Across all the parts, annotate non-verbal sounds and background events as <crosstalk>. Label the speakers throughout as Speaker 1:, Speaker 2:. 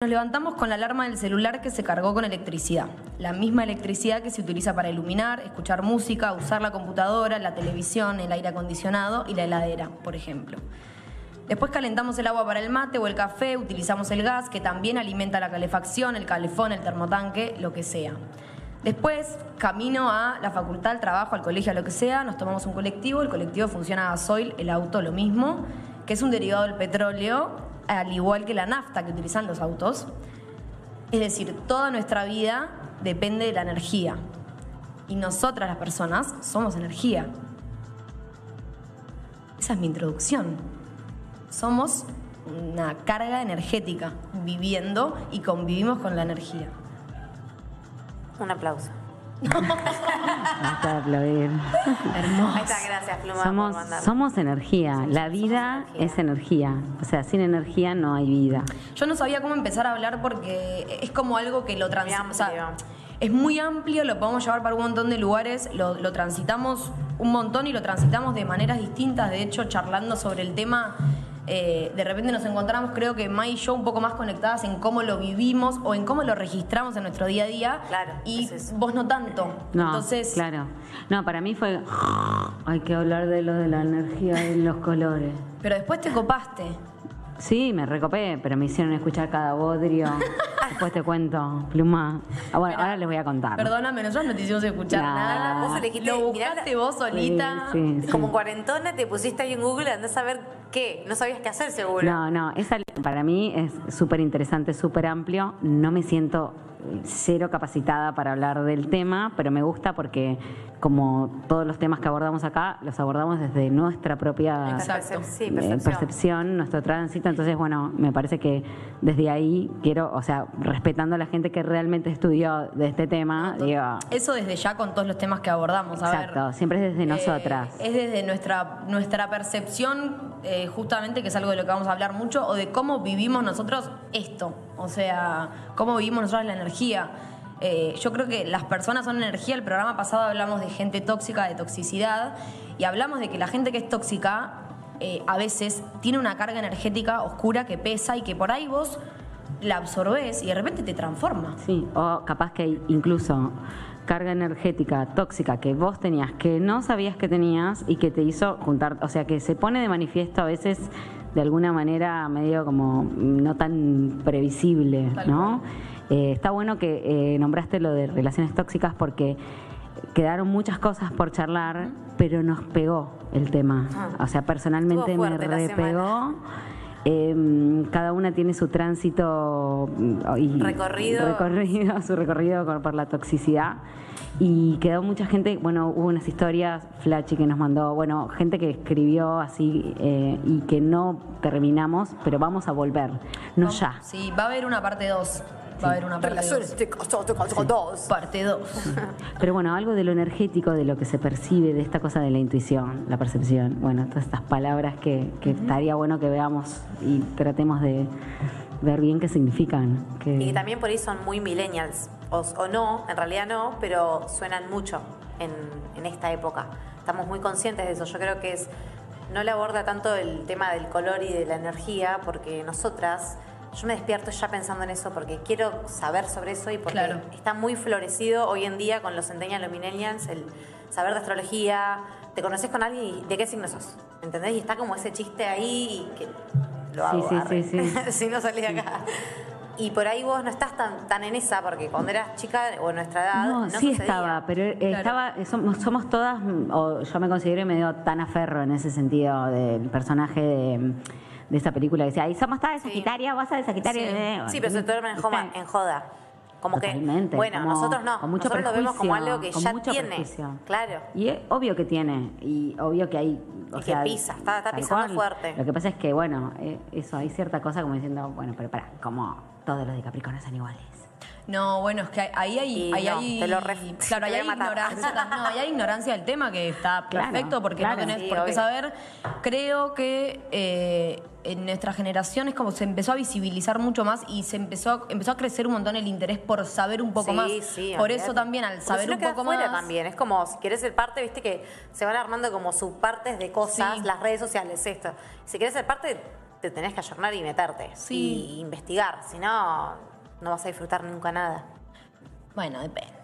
Speaker 1: Nos levantamos con la alarma del celular que se cargó con electricidad, la misma electricidad que se utiliza para iluminar, escuchar música, usar la computadora, la televisión, el aire acondicionado y la heladera, por ejemplo. Después calentamos el agua para el mate o el café, utilizamos el gas que también alimenta la calefacción, el calefón, el termotanque, lo que sea. Después, camino a la facultad, al trabajo, al colegio, a lo que sea, nos tomamos un colectivo, el colectivo funciona a gasoil, el auto lo mismo, que es un derivado del petróleo al igual que la nafta que utilizan los autos. Es decir, toda nuestra vida depende de la energía. Y nosotras las personas somos energía. Esa es mi introducción. Somos una carga energética viviendo y convivimos con la energía.
Speaker 2: Un aplauso.
Speaker 3: Hasta aplaudir.
Speaker 2: Ahí
Speaker 1: Hermoso.
Speaker 2: está, gracias, Pluma,
Speaker 3: Somos,
Speaker 2: por mandarlo.
Speaker 3: somos energía. La vida
Speaker 2: somos energía.
Speaker 3: es energía. O sea, sin energía no hay vida.
Speaker 1: Yo no sabía cómo empezar a hablar porque es como algo que lo
Speaker 2: amplio.
Speaker 1: transitamos. es muy amplio, lo podemos llevar para un montón de lugares, lo, lo transitamos un montón y lo transitamos de maneras distintas. De hecho, charlando sobre el tema, eh, de repente nos encontramos, creo que Mai y yo, un poco más conectadas en cómo lo vivimos o en cómo lo registramos en nuestro día a día.
Speaker 2: Claro,
Speaker 1: Y
Speaker 2: es eso.
Speaker 1: vos no tanto.
Speaker 3: No,
Speaker 1: Entonces,
Speaker 3: claro. No, para mí fue. Hay que hablar de lo de la energía y los colores.
Speaker 1: pero después te copaste.
Speaker 3: Sí, me recopé, pero me hicieron escuchar cada bodrio.
Speaker 2: <laughs>
Speaker 3: Después te cuento, pluma. Ah, bueno, ahora les voy a contar.
Speaker 1: Perdóname, nosotros no te hicimos escuchar
Speaker 3: Nah.
Speaker 1: nada.
Speaker 2: Vos elegiste-
Speaker 1: lo
Speaker 2: mirá la-
Speaker 1: buscaste vos solita.
Speaker 3: Sí, sí, sí.
Speaker 2: Como cuarentona te pusiste ahí en Google, andás a ver qué. No sabías qué hacer seguro.
Speaker 3: No, no, esa para mí es súper interesante, súper amplio. No me siento eh, cero capacitada para hablar del tema, pero me gusta porque como todos los temas que abordamos acá, los abordamos desde nuestra propia
Speaker 1: Exacto.
Speaker 2: Percep- sí,
Speaker 3: eh,
Speaker 2: percepción.
Speaker 3: percepción, nuestro tránsito. Entonces, bueno, me parece que desde ahí quiero, o sea, respetando a la gente que realmente estudió de este tema, digo,
Speaker 1: Eso desde ya con todos los temas que abordamos. A ver,
Speaker 3: exacto, siempre es desde
Speaker 1: Eh,
Speaker 3: nosotras.
Speaker 1: es desde nuestra, nuestra percepción, eh, justamente, que es algo de lo que vamos a hablar mucho, o de cómo vivimos nosotros esto. O sea, cómo vivimos nosotros la energía. Eh, yo creo que las personas son energía. El programa pasado hablamos de gente tóxica, de toxicidad, y hablamos de que la gente que es tóxica eh, a veces tiene una carga energética oscura que pesa y que por ahí vos la absorbés y de repente te transforma.
Speaker 3: Sí, o capaz que incluso carga energética tóxica que vos tenías, que no sabías que tenías y que te hizo juntar, o sea, que se pone de manifiesto a veces de alguna manera medio como no tan previsible,
Speaker 1: Tal
Speaker 3: ¿no? Eh, está bueno que eh, nombraste lo de relaciones tóxicas porque quedaron muchas cosas por charlar, pero nos pegó el tema.
Speaker 2: Ah.
Speaker 3: O sea, personalmente
Speaker 2: Estuvo
Speaker 3: me
Speaker 2: fuerte la
Speaker 3: repegó. Em, cada una tiene su tránsito mm, y
Speaker 2: Recorrido.
Speaker 3: recorrido, <laughs> su recorrido con- por la toxicidad. Y quedó mucha gente, bueno, hubo unas historias, Flachi que nos mandó, bueno, gente que escribió así eh, y que no terminamos, pero vamos a volver, no
Speaker 1: Vamos-
Speaker 3: ya.
Speaker 1: Sí, va a haber una parte 2. Va a haber una parte 2.
Speaker 2: Relaciones tóxicas, tóxicas, dos.
Speaker 1: Parte 2.
Speaker 3: Pero bueno, algo de lo energético, de lo que se percibe, de esta cosa de la intuición, la percepción, bueno, todas estas palabras que, que estaría bueno que veamos y tratemos de ver bien qué significan. que-
Speaker 2: Y que también por ahí son muy millennials. O, o no, en realidad no, pero suenan mucho en, en esta época. Estamos muy conscientes de eso. Yo creo que es. No le aborda tanto el tema del color y de la energía, porque nosotras. Yo me despierto ya pensando en eso porque quiero saber sobre eso y porque
Speaker 1: Claro.
Speaker 2: está muy florecido hoy en día con los centennials, los millennials, el saber de astrología. Te conoces con alguien y de qué signo sos. ¿Entendés? Y está como ese chiste ahí y que lo
Speaker 3: Sí,
Speaker 2: hago.
Speaker 3: sí,
Speaker 2: arre.
Speaker 3: sí, sí.
Speaker 2: <laughs> si no salí de acá. Y por ahí vos no estás tan, tan en esa, porque cuando eras chica o nuestra edad.
Speaker 3: No,
Speaker 2: No,
Speaker 3: sí
Speaker 2: sucedía.
Speaker 3: estaba, pero eh, estaba, somos, somos todas, mm, o yo me considero medio tan aferro en ese sentido del personaje de, de esta película que decía, ay, somos todas de Sagitario, vos sos de Sagitario.
Speaker 1: Sí.
Speaker 3: eh,
Speaker 2: Sí, pero se duermen en,
Speaker 3: ¿viste?
Speaker 2: joma- en joda. Como
Speaker 3: Totalmente,
Speaker 2: que. Bueno,
Speaker 3: como-
Speaker 2: nosotros no.
Speaker 3: con mucho
Speaker 2: nosotros lo vemos como
Speaker 3: prejuicio,
Speaker 2: algo que
Speaker 3: con
Speaker 2: ya
Speaker 3: mucho
Speaker 2: tiene.
Speaker 3: prejuicio.
Speaker 2: Claro.
Speaker 3: Y es obvio que tiene, y obvio que hay.
Speaker 2: Y que pisa, está- está
Speaker 3: tal
Speaker 2: pisando fuerte.
Speaker 3: Lo que pasa es que, bueno, eh, eso, hay cierta cosa como diciendo, bueno, pero pará, como todos los de Capricornio son iguales.
Speaker 1: No, bueno, es que ahí hay.
Speaker 2: Y
Speaker 1: ahí
Speaker 2: no,
Speaker 1: hay-
Speaker 2: te lo re-
Speaker 1: <laughs> claro, ahí
Speaker 2: te
Speaker 1: hay
Speaker 2: voy a matar.
Speaker 1: ignorancia. No, ahí hay ignorancia del tema que
Speaker 2: <laughs>
Speaker 1: está
Speaker 3: Claro,
Speaker 1: perfecto porque
Speaker 3: claro.
Speaker 1: no tenés
Speaker 2: Sí,
Speaker 1: por qué
Speaker 2: obvio.
Speaker 1: saber. Creo que eh, en nuestra generación es como se empezó a visibilizar mucho más y se empezó, empezó a crecer un montón el interés por saber un poco
Speaker 2: Sí,
Speaker 1: más.
Speaker 2: sí,
Speaker 1: por
Speaker 2: olvídate.
Speaker 1: eso también, al
Speaker 2: Porque
Speaker 1: saber
Speaker 2: si no
Speaker 1: un
Speaker 2: queda
Speaker 1: poco
Speaker 2: fuera
Speaker 1: más.
Speaker 2: también. Es como, si querés ser parte, viste que se van armando como subpartes de cosas,
Speaker 1: Sí.
Speaker 2: las redes sociales, esto. Si querés ser parte, te tenés que ayornar y meterte.
Speaker 1: Sí.
Speaker 2: Y investigar. Si no, no vas a disfrutar nunca nada.
Speaker 1: Bueno, depende.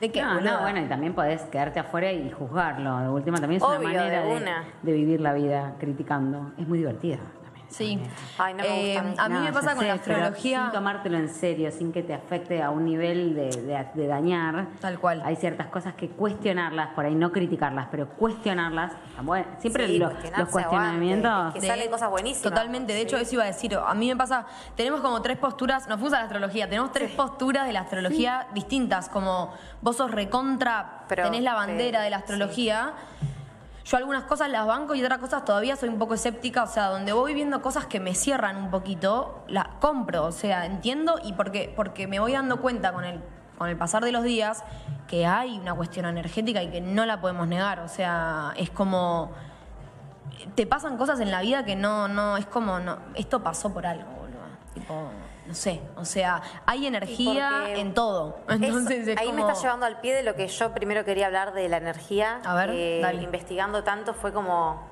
Speaker 1: ¿De qué?
Speaker 3: No,
Speaker 1: boluda?
Speaker 3: no, bueno, y también podés quedarte afuera y juzgarlo. De última también es
Speaker 2: Obvio,
Speaker 3: una manera
Speaker 2: de
Speaker 3: de,
Speaker 2: una.
Speaker 3: de vivir la vida criticando. Es muy divertida también.
Speaker 1: Sí. Eh,
Speaker 2: Ay, no me gusta a mí.
Speaker 1: a mí
Speaker 3: No,
Speaker 1: me
Speaker 3: ya
Speaker 1: pasa con
Speaker 3: sé,
Speaker 1: la
Speaker 3: pero
Speaker 1: astrología.
Speaker 3: Sin tomártelo en serio, sin que te afecte a un nivel de, de- de dañar.
Speaker 1: Tal cual.
Speaker 3: Hay ciertas cosas que cuestionarlas, por ahí no criticarlas, pero cuestionarlas. están buenas. Siempre
Speaker 2: Sí,
Speaker 3: lo-
Speaker 2: cuestionarse,
Speaker 3: los cuestionamientos.
Speaker 2: aguante, que salen cosas buenísimas.
Speaker 1: Totalmente, de hecho eso iba a decir, a mí me pasa, tenemos como tres posturas, nos fuimos a la astrología, tenemos tres posturas de la astrología distintas, como vos sos recontra,
Speaker 2: Pero- eh,
Speaker 1: tenés la bandera
Speaker 2: pero-
Speaker 1: de la astrología. Yo algunas cosas las banco y otras cosas todavía soy un poco escéptica, o sea, donde voy viendo cosas que me cierran un poquito, las compro, o sea, entiendo y porque, porque me voy dando cuenta con el, con el pasar de los días que hay una cuestión energética y que no la podemos negar, o sea, es como te pasan cosas en la vida que no, no, es como, no, esto pasó por algo, boludo. Tipo, no sé, o sea, hay energía
Speaker 2: porque
Speaker 1: en todo.
Speaker 2: Es-
Speaker 1: Entonces es
Speaker 2: ahí me
Speaker 1: como- "Eh,
Speaker 2: está llevando al pie de lo que yo primero quería hablar de la energía.
Speaker 1: A ver,
Speaker 2: que
Speaker 1: dale.
Speaker 2: investigando tanto fue como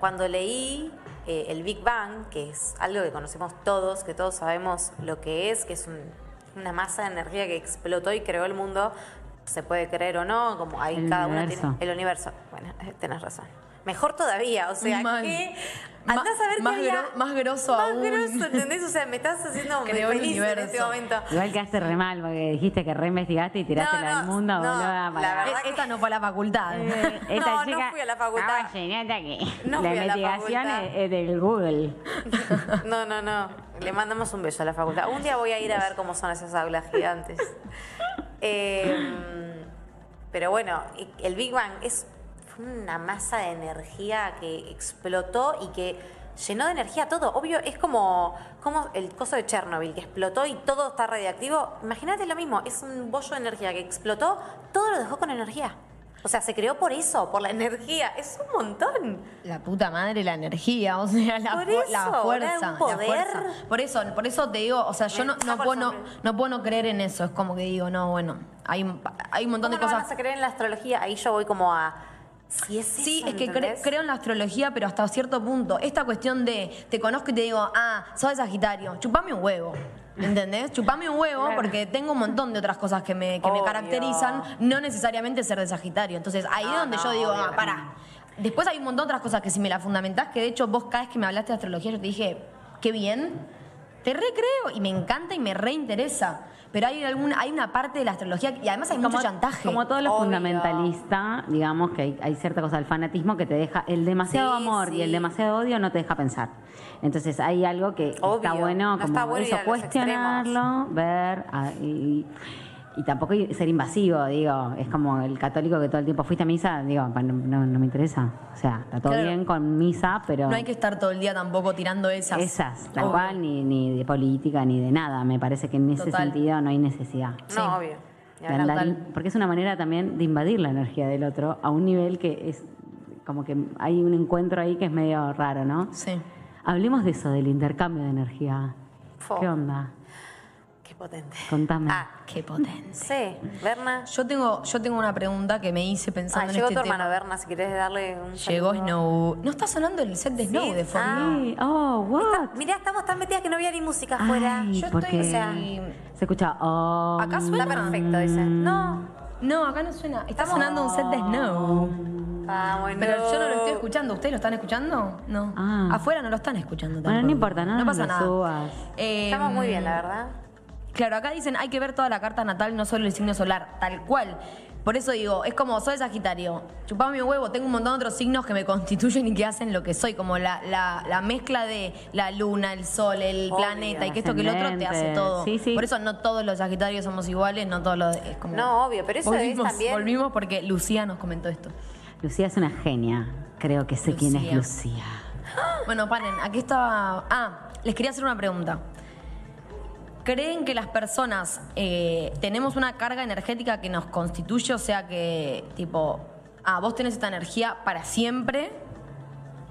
Speaker 2: cuando leí eh, el Big Bang, que es algo que conocemos todos, que todos sabemos lo que es, que es un- una masa de energía que explotó y creó el mundo. Se puede creer o no, como ahí
Speaker 3: El
Speaker 2: cada uno
Speaker 3: universo.
Speaker 2: tiene el universo. Bueno, eh, tenés razón. Mejor todavía, o sea,
Speaker 1: Mal.
Speaker 2: que
Speaker 1: Ma-
Speaker 2: andás a ver qué
Speaker 1: más
Speaker 2: había-
Speaker 1: gro- más grosso
Speaker 2: más
Speaker 1: aún.
Speaker 2: grosso, ¿entendés? O sea, me estás
Speaker 1: <laughs>
Speaker 2: haciendo
Speaker 1: Creó el
Speaker 2: feliz en este
Speaker 1: universo.
Speaker 2: momento.
Speaker 3: Igual quedaste re mal, porque dijiste que re investigaste y tiraste
Speaker 2: No,
Speaker 3: la del
Speaker 2: no,
Speaker 3: mundo,
Speaker 2: no,
Speaker 3: boluda.
Speaker 2: la
Speaker 3: para-
Speaker 2: verdad Eh.
Speaker 1: Eh, Esta no fue la facultad.
Speaker 3: <laughs> Esta
Speaker 2: No, no
Speaker 3: chica-
Speaker 2: fui a la facultad.
Speaker 3: Ah, señorita, que
Speaker 2: No fui
Speaker 3: la
Speaker 2: a la
Speaker 3: investigación
Speaker 2: facultad.
Speaker 3: es, es del Google.
Speaker 2: <laughs> No, no, no. Le mandamos un beso a la facultad. Un día voy a ir a ver cómo son esas aulas gigantes. Eh, pero bueno, el Big Bang es fue una masa de energía que explotó y que llenó de energía todo. Obvio, es como, como el coso de Chernobyl, que explotó y todo está radiactivo. Imagínate lo mismo, es un bollo de energía que explotó, todo lo dejó con energía. O sea, se creó por eso, por la <laughs> energía. Es un montón.
Speaker 1: <laughs> La puta madre, la energía, o sea, la,
Speaker 2: Por
Speaker 1: fu- la
Speaker 2: eso, boluda,
Speaker 1: fuerza,
Speaker 2: un poder.
Speaker 1: la fuerza. Por eso, por eso te digo, o sea, yo
Speaker 2: Me
Speaker 1: no, no
Speaker 2: saco el
Speaker 1: puedo no,
Speaker 2: sombrero.
Speaker 1: no puedo no creer en eso. Es como que digo, no, bueno, hay, un- hay un montón de
Speaker 2: ¿Cómo no
Speaker 1: cosas.
Speaker 2: vas a creer en la astrología? Ahí yo voy como a. Si es
Speaker 1: Sí,
Speaker 2: eso,
Speaker 1: es que cre-
Speaker 2: ¿entendés?
Speaker 1: creo en la astrología, pero hasta cierto punto. Esta cuestión de te conozco y te digo, ah, sos de Sagitario, chupame un huevo. ¿Entendés? Chupame un huevo
Speaker 3: Claro.
Speaker 1: porque tengo un montón de otras cosas que me, que me
Speaker 2: Obvio.
Speaker 1: caracterizan, no necesariamente ser de Sagitario. Entonces, ahí
Speaker 2: No,
Speaker 1: es donde
Speaker 2: no,
Speaker 1: yo digo,
Speaker 2: obvio
Speaker 1: ah,
Speaker 2: que
Speaker 1: pará. Después hay un montón de otras cosas que si me las fundamentás, que de hecho vos cada vez que me hablaste de astrología, yo te dije, qué bien, te recreo y me encanta y me reinteresa. Pero hay, algún, hay una parte de la astrología y además hay mucho chantaje.
Speaker 3: Como todo lo
Speaker 2: Obvio.
Speaker 3: fundamentalista, digamos que hay, hay cierta cosa del fanatismo que te deja el demasiado
Speaker 2: Sí,
Speaker 3: amor
Speaker 2: sí.
Speaker 3: y el demasiado odio no te deja pensar. Entonces hay algo que está
Speaker 2: Obvio,
Speaker 3: bueno,
Speaker 2: no
Speaker 3: como
Speaker 2: está bueno ir
Speaker 3: eso,
Speaker 2: a los
Speaker 3: cuestionarlo, ver ah, y, y tampoco ir- ser invasivo, digo, es como el católico que todo el tiempo fuiste a misa, digo, pa, no, no- no me interesa. O sea, está todo
Speaker 1: Claro.
Speaker 3: bien con misa, pero
Speaker 1: No hay que estar todo el día tampoco tirando esas.
Speaker 3: Ah. esas, tal
Speaker 1: Obvio.
Speaker 3: cual, ni, ni de política, ni de nada. Me parece que en ese
Speaker 1: Total.
Speaker 3: sentido no hay necesidad.
Speaker 2: No,
Speaker 1: Sí.
Speaker 2: obvio. Ni
Speaker 3: De
Speaker 2: hablar.
Speaker 3: andar-
Speaker 1: Total.
Speaker 3: porque es una manera también de invadir la energía del otro a un nivel que es como que hay un encuentro ahí que es medio raro, ¿no?
Speaker 1: Sí.
Speaker 3: Hablemos de eso, del intercambio de energía.
Speaker 2: Fo.
Speaker 3: ¿Qué onda?
Speaker 2: Qué potente.
Speaker 3: Contame.
Speaker 2: Ah,
Speaker 1: Qué potencia.
Speaker 2: sí. Berna.
Speaker 1: Yo tengo, yo tengo una pregunta que me hice
Speaker 2: Ah,
Speaker 1: pensando en
Speaker 2: llegó
Speaker 1: este
Speaker 2: tu
Speaker 1: tema.
Speaker 2: hermano Berna, si querés darle un.
Speaker 1: Llegó
Speaker 2: saludo.
Speaker 1: Snow. No está sonando el set de Snow de fondo.
Speaker 2: Ah.
Speaker 3: Sí, Oh, what?
Speaker 2: Mirá, estamos tan metidas que no había ni música afuera.
Speaker 3: Ay,
Speaker 1: yo estoy,
Speaker 3: porque
Speaker 1: o sea,
Speaker 3: se escucha. Oh,
Speaker 1: ¿Acá suena?
Speaker 2: Está perfecto, dice. No.
Speaker 1: No, acá no suena. Está sonando un set de Snow.
Speaker 2: Ah, bueno.
Speaker 1: Pero yo no lo estoy escuchando. ¿Ustedes lo están escuchando? No.
Speaker 3: Ah.
Speaker 1: Afuera no lo están escuchando
Speaker 3: Bueno, no
Speaker 1: tampoco.
Speaker 3: importa, no
Speaker 1: No
Speaker 3: nos
Speaker 1: pasa
Speaker 3: lo
Speaker 1: nada.
Speaker 3: subas.
Speaker 1: Eh,
Speaker 2: Estamos muy bien, la verdad.
Speaker 1: Claro, acá dicen hay que ver toda la carta natal, no solo el signo solar, tal cual. Por eso digo, es como soy Sagitario, chupame mi huevo, tengo un montón de otros signos que me <laughs> constituyen y que hacen lo que soy, como la, la- la mezcla de la luna, el sol, el
Speaker 2: Obvio,
Speaker 1: planeta y que esto que el otro te hace todo.
Speaker 3: Sí, sí.
Speaker 1: Por eso no todos los Sagitarios somos iguales, no todos los. Es como,
Speaker 2: No, obvio, pero eso es
Speaker 1: volvimos,
Speaker 2: también-
Speaker 1: Volvimos porque Lucía nos comentó esto.
Speaker 3: Lucía es una genia. Creo que sé quién es
Speaker 1: Lucía.
Speaker 3: Lucía.
Speaker 1: Bueno, paren, aquí estaba. Ah, les quería hacer una pregunta. ¿Creen que las personas eh, tenemos una carga energética que nos constituye? O sea que, tipo, ah, vos tenés esta energía para siempre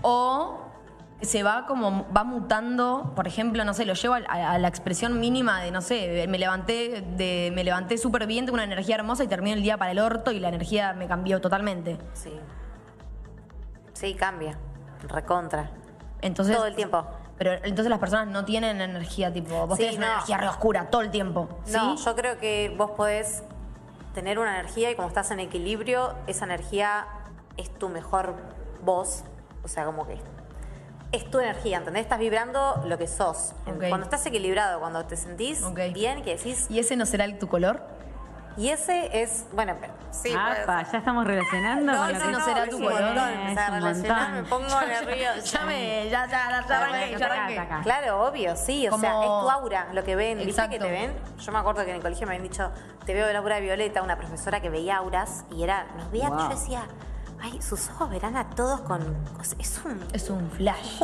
Speaker 1: o se va como, va mutando, por ejemplo, no sé, lo llevo a, a- a la expresión mínima de, no sé, me levanté de, me levanté súper bien, tengo una energía hermosa y termino el día para el orto y la energía me cambió totalmente.
Speaker 2: Sí. Sí, cambia. Recontra.
Speaker 1: Entonces,
Speaker 2: Todo el tiempo.
Speaker 1: Pero entonces las personas no tienen energía, tipo, vos
Speaker 2: Sí,
Speaker 1: tenés una
Speaker 2: no.
Speaker 1: energía re oscura todo el tiempo. ¿sí?
Speaker 2: No, yo creo que vos podés tener una energía y como estás en equilibrio, esa energía es tu mejor voz. O sea, como que es tu energía, ¿entendés? Estás vibrando lo que sos. En-
Speaker 1: Ok.
Speaker 2: Cuando estás equilibrado, cuando te sentís
Speaker 1: Ok.
Speaker 2: bien, que decís.
Speaker 1: ¿Y ese no será el- tu color?
Speaker 2: Y ese es, bueno, pero-
Speaker 4: Sí,
Speaker 1: Ah,
Speaker 3: Apa,
Speaker 4: puede ser.
Speaker 3: ya estamos relacionando
Speaker 4: No,
Speaker 3: con lo
Speaker 4: no,
Speaker 3: que
Speaker 4: no,
Speaker 1: será
Speaker 4: es
Speaker 1: tu
Speaker 4: un
Speaker 1: color.
Speaker 4: montón,
Speaker 2: Es
Speaker 4: empezar
Speaker 3: un
Speaker 4: a relacionar,
Speaker 3: montón.
Speaker 4: me
Speaker 1: <laughs>
Speaker 4: pongo nerviosa.
Speaker 1: Ya me,
Speaker 2: <laughs>
Speaker 1: ya, ya, ya arranqué, ya arranqué.
Speaker 2: Claro, obvio, sí. O sea, es
Speaker 1: Como-
Speaker 2: tu aura lo que ven. ¿Viste que
Speaker 1: Exacto.
Speaker 2: te ven? Yo me acuerdo que en el colegio me habían dicho, te veo el aura violeta, una profesora que veía auras y era, nos veía,
Speaker 3: Wow.
Speaker 2: yo decía, ay, sus ojos verán a todos con. o sea, es un.
Speaker 1: Es un
Speaker 2: <laughs>
Speaker 1: flash.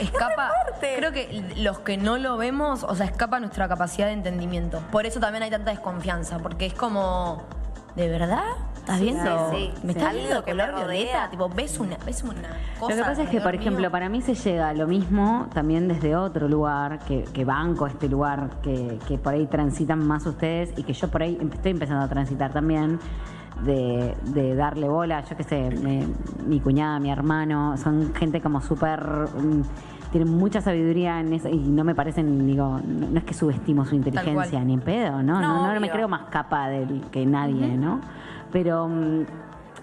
Speaker 1: Escapa.
Speaker 2: fuerte.
Speaker 1: Creo que los que no lo vemos, o sea, escapa nuestra capacidad de entendimiento. Por eso también hay tanta desconfianza, porque es como. ¿De verdad? ¿Estás viendo?
Speaker 2: sí, sí.
Speaker 1: ¿Me estás
Speaker 2: Algo
Speaker 1: viendo
Speaker 2: que
Speaker 1: color
Speaker 2: me rodea.
Speaker 1: violeta? Tipo, ves una, ves una cosa.
Speaker 3: Lo que pasa es que, por
Speaker 1: alrededor
Speaker 3: ejemplo,
Speaker 1: mío?
Speaker 3: para mí se llega a lo mismo también desde otro lugar, que, que banco este lugar, que, que por ahí transitan más ustedes y que yo por ahí em- estoy empezando a transitar también, de, de darle bola, yo qué sé, me- mi cuñada, mi hermano, son gente como súper... mm, Tienen mucha sabiduría en eso y no me parecen, digo, no no es que subestimo su inteligencia
Speaker 1: cual.
Speaker 3: ni en pedo, ¿no? No,
Speaker 2: No,
Speaker 3: no, me
Speaker 2: obvio.
Speaker 3: creo más capa del que nadie, ¿no? Pero mm,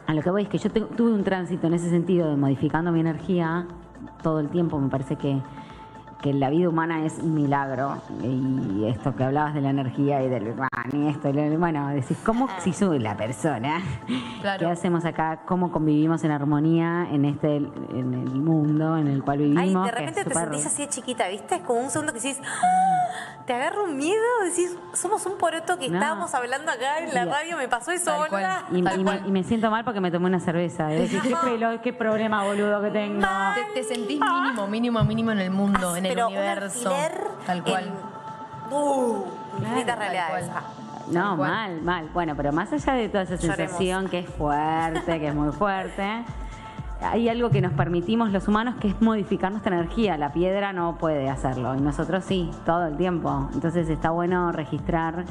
Speaker 3: a lo que voy es que yo te- tuve un tránsito en ese sentido de modificando mi energía todo el tiempo. Me parece que, que la vida humana es un milagro. Y esto que hablabas de la energía y del humano y esto, y lo- bueno, decís, ¿cómo
Speaker 2: Ah.
Speaker 3: si soy la persona?
Speaker 1: Claro.
Speaker 3: ¿Qué hacemos acá? ¿Cómo convivimos en armonía en este en el mundo en el cual
Speaker 2: Ay,
Speaker 3: vivimos?
Speaker 2: de
Speaker 3: que es
Speaker 2: repente te
Speaker 3: súper-
Speaker 2: sentís así de chiquita, ¿viste? Es como un segundo que decís, ¡Ah! te agarra un miedo, decís, somos un poroto que
Speaker 3: No.
Speaker 2: estábamos hablando acá en la
Speaker 3: Y-
Speaker 2: radio, me pasó eso,
Speaker 1: Tal cual.
Speaker 2: boluda.
Speaker 3: Y, y
Speaker 1: Tal
Speaker 3: me,
Speaker 1: cual.
Speaker 3: y me siento mal porque me tomé una cerveza. Y decís, qué pelo, qué problema boludo que tengo.
Speaker 1: Te, te sentís mínimo, mínimo, mínimo en el mundo, en el
Speaker 2: Ah, Pero un
Speaker 1: universo.
Speaker 2: alfiler
Speaker 1: Tal cual.
Speaker 2: En... Uh, infinitas
Speaker 1: Tal
Speaker 2: realidades.
Speaker 1: cual.
Speaker 3: No,
Speaker 1: Tal cual.
Speaker 3: mal, mal. Bueno, pero más allá de toda esa
Speaker 2: Lloremos.
Speaker 3: sensación que es fuerte, que es muy fuerte, hay algo que nos permitimos los humanos que es modificar nuestra energía. La piedra no puede hacerlo y nosotros sí, todo el tiempo. Entonces está bueno registrar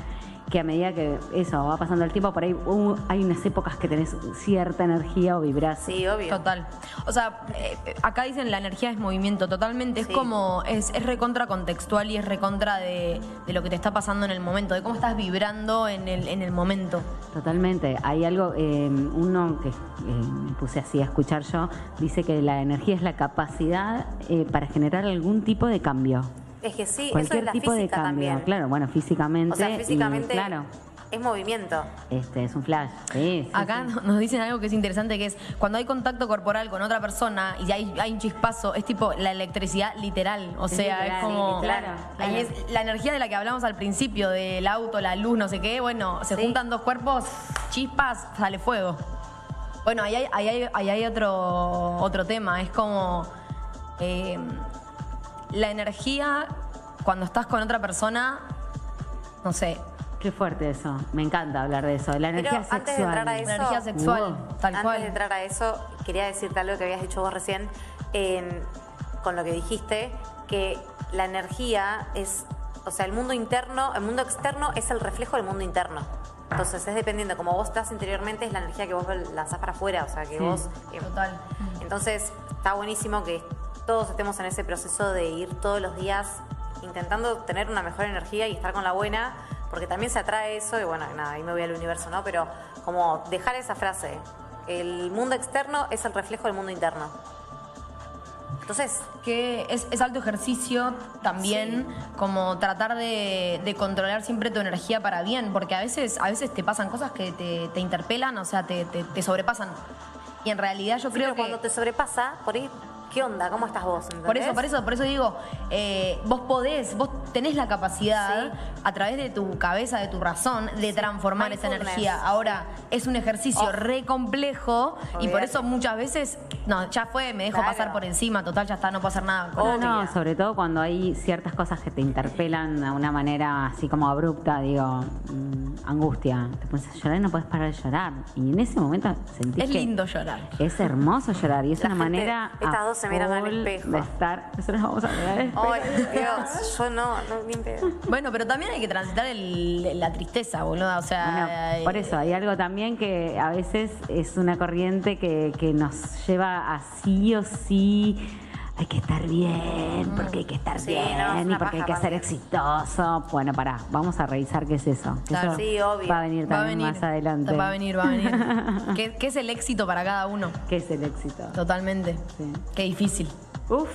Speaker 3: que a medida que eso va pasando el tiempo, por ahí uh, hay unas épocas que tenés cierta energía o vibras.
Speaker 2: Sí, obvio.
Speaker 1: Total. O sea, eh, acá dicen la energía es movimiento, totalmente. Es
Speaker 2: Sí.
Speaker 1: como, es, es recontra contextual y es recontra de, de lo que te está pasando en el momento, de cómo estás vibrando en el, en el momento.
Speaker 3: Totalmente. Hay algo, eh, uno que eh, me puse así a escuchar yo, dice que la energía es la capacidad eh, para generar algún tipo de cambio.
Speaker 2: Es que sí,
Speaker 3: Cualquier
Speaker 2: eso es la
Speaker 3: tipo de
Speaker 2: física
Speaker 3: cambio.
Speaker 2: también.
Speaker 3: Claro, bueno, físicamente.
Speaker 2: O sea,
Speaker 3: y,
Speaker 2: físicamente
Speaker 3: claro,
Speaker 2: es movimiento.
Speaker 3: este es un flash. Sí, sí,
Speaker 2: Ah,
Speaker 1: Acá
Speaker 3: sí.
Speaker 1: no- nos dicen algo que es interesante, que es cuando hay contacto corporal con otra persona y hay, hay un chispazo, es tipo la electricidad literal. O
Speaker 3: Es
Speaker 1: sea,
Speaker 3: literal,
Speaker 1: es como...
Speaker 3: sí, claro, claro.
Speaker 1: Ahí es la energía de la que hablamos al principio, del auto, la luz, no sé qué. Bueno, se
Speaker 2: Sí.
Speaker 1: juntan dos cuerpos, chispas, sale fuego. Bueno, ahí hay, ahí hay- ahí hay otro, otro tema. Es como... eh, la energía, cuando estás con otra persona, no sé,
Speaker 3: Qué fuerte eso. Me encanta hablar de eso. La energía
Speaker 2: antes de
Speaker 3: sexual.
Speaker 2: entrar a eso-
Speaker 1: energía sexual,
Speaker 3: Wow.
Speaker 1: tal
Speaker 2: Antes
Speaker 1: cual.
Speaker 2: de entrar a eso, quería decirte algo que habías dicho vos recién en- con lo que dijiste, que la energía es, o sea, el mundo interno, el mundo externo es el reflejo del mundo interno. Entonces es dependiendo, como vos estás interiormente, es la energía que vos lanzás para afuera, o sea, que
Speaker 3: Sí.
Speaker 2: vos... eh,
Speaker 1: Total.
Speaker 2: Entonces está buenísimo que todos estemos en ese proceso de ir todos los días intentando tener una mejor energía y estar con la buena, porque también se atrae eso, y bueno, nada, ahí me voy al universo, ¿no? Pero como dejar esa frase, el mundo externo es el reflejo del mundo interno. Entonces,
Speaker 1: que es, es alto ejercicio también como tratar de, de controlar siempre tu energía para bien, porque a veces, a veces te pasan cosas que te, te interpelan, o sea, te, te- te sobrepasan. Y en realidad yo creo
Speaker 2: creo
Speaker 1: que...
Speaker 2: cuando te sobrepasa, por ahí, ¿qué onda? ¿Cómo estás vos? ¿Entendés?
Speaker 1: Por eso, por eso, por eso digo, eh, vos podés, vos tenés la capacidad
Speaker 2: Sí.
Speaker 1: a través de tu cabeza, de tu razón, de transformar esa
Speaker 2: Mindfulness.
Speaker 1: energía. Ahora, es un ejercicio re complejo y por
Speaker 2: Oh. Olvídate.
Speaker 1: eso muchas veces, no, ya fue, me dejo
Speaker 2: Claro. Oh.
Speaker 1: pasar por encima, total, ya está, no puedo hacer nada. con
Speaker 3: No,
Speaker 1: esto.
Speaker 3: no, sobre todo cuando hay ciertas cosas que te interpelan de una manera así como abrupta, digo, mm, angustia. Te pones a llorar y no puedes parar de llorar. Y en ese momento sentís
Speaker 1: Es
Speaker 3: que-
Speaker 1: lindo llorar.
Speaker 3: Es hermoso llorar y es
Speaker 2: La
Speaker 3: una
Speaker 2: gente-
Speaker 3: manera. a
Speaker 2: estas dos se miran al
Speaker 3: full
Speaker 2: espejo.
Speaker 3: De estar. Nosotros vamos a mirar al espejo.
Speaker 2: Ay, Dios, yo no, no, ni en pedo.
Speaker 1: Bueno, pero también hay que transitar el- la tristeza, boluda. O sea,
Speaker 3: Bueno, por eso hay algo también que a veces es una corriente que, que nos lleva a sí o sí hay que estar bien,
Speaker 1: Mm.
Speaker 3: porque hay que estar
Speaker 2: Sí, no, es
Speaker 3: bien y
Speaker 2: una
Speaker 3: porque hay
Speaker 2: paja
Speaker 3: que ser
Speaker 2: también.
Speaker 3: exitoso. Bueno, pará, vamos a revisar qué es eso.
Speaker 1: Claro,
Speaker 3: Eso
Speaker 2: sí, obvio.
Speaker 3: Va a venir
Speaker 1: Va a
Speaker 3: también
Speaker 1: venir.
Speaker 3: más adelante.
Speaker 1: Va a venir, va a
Speaker 3: <laughs>
Speaker 1: venir. ¿Qué, qué es el éxito para cada uno?
Speaker 3: ¿Qué es el éxito?
Speaker 1: Totalmente.
Speaker 3: Sí.
Speaker 1: Qué difícil.
Speaker 3: Uf,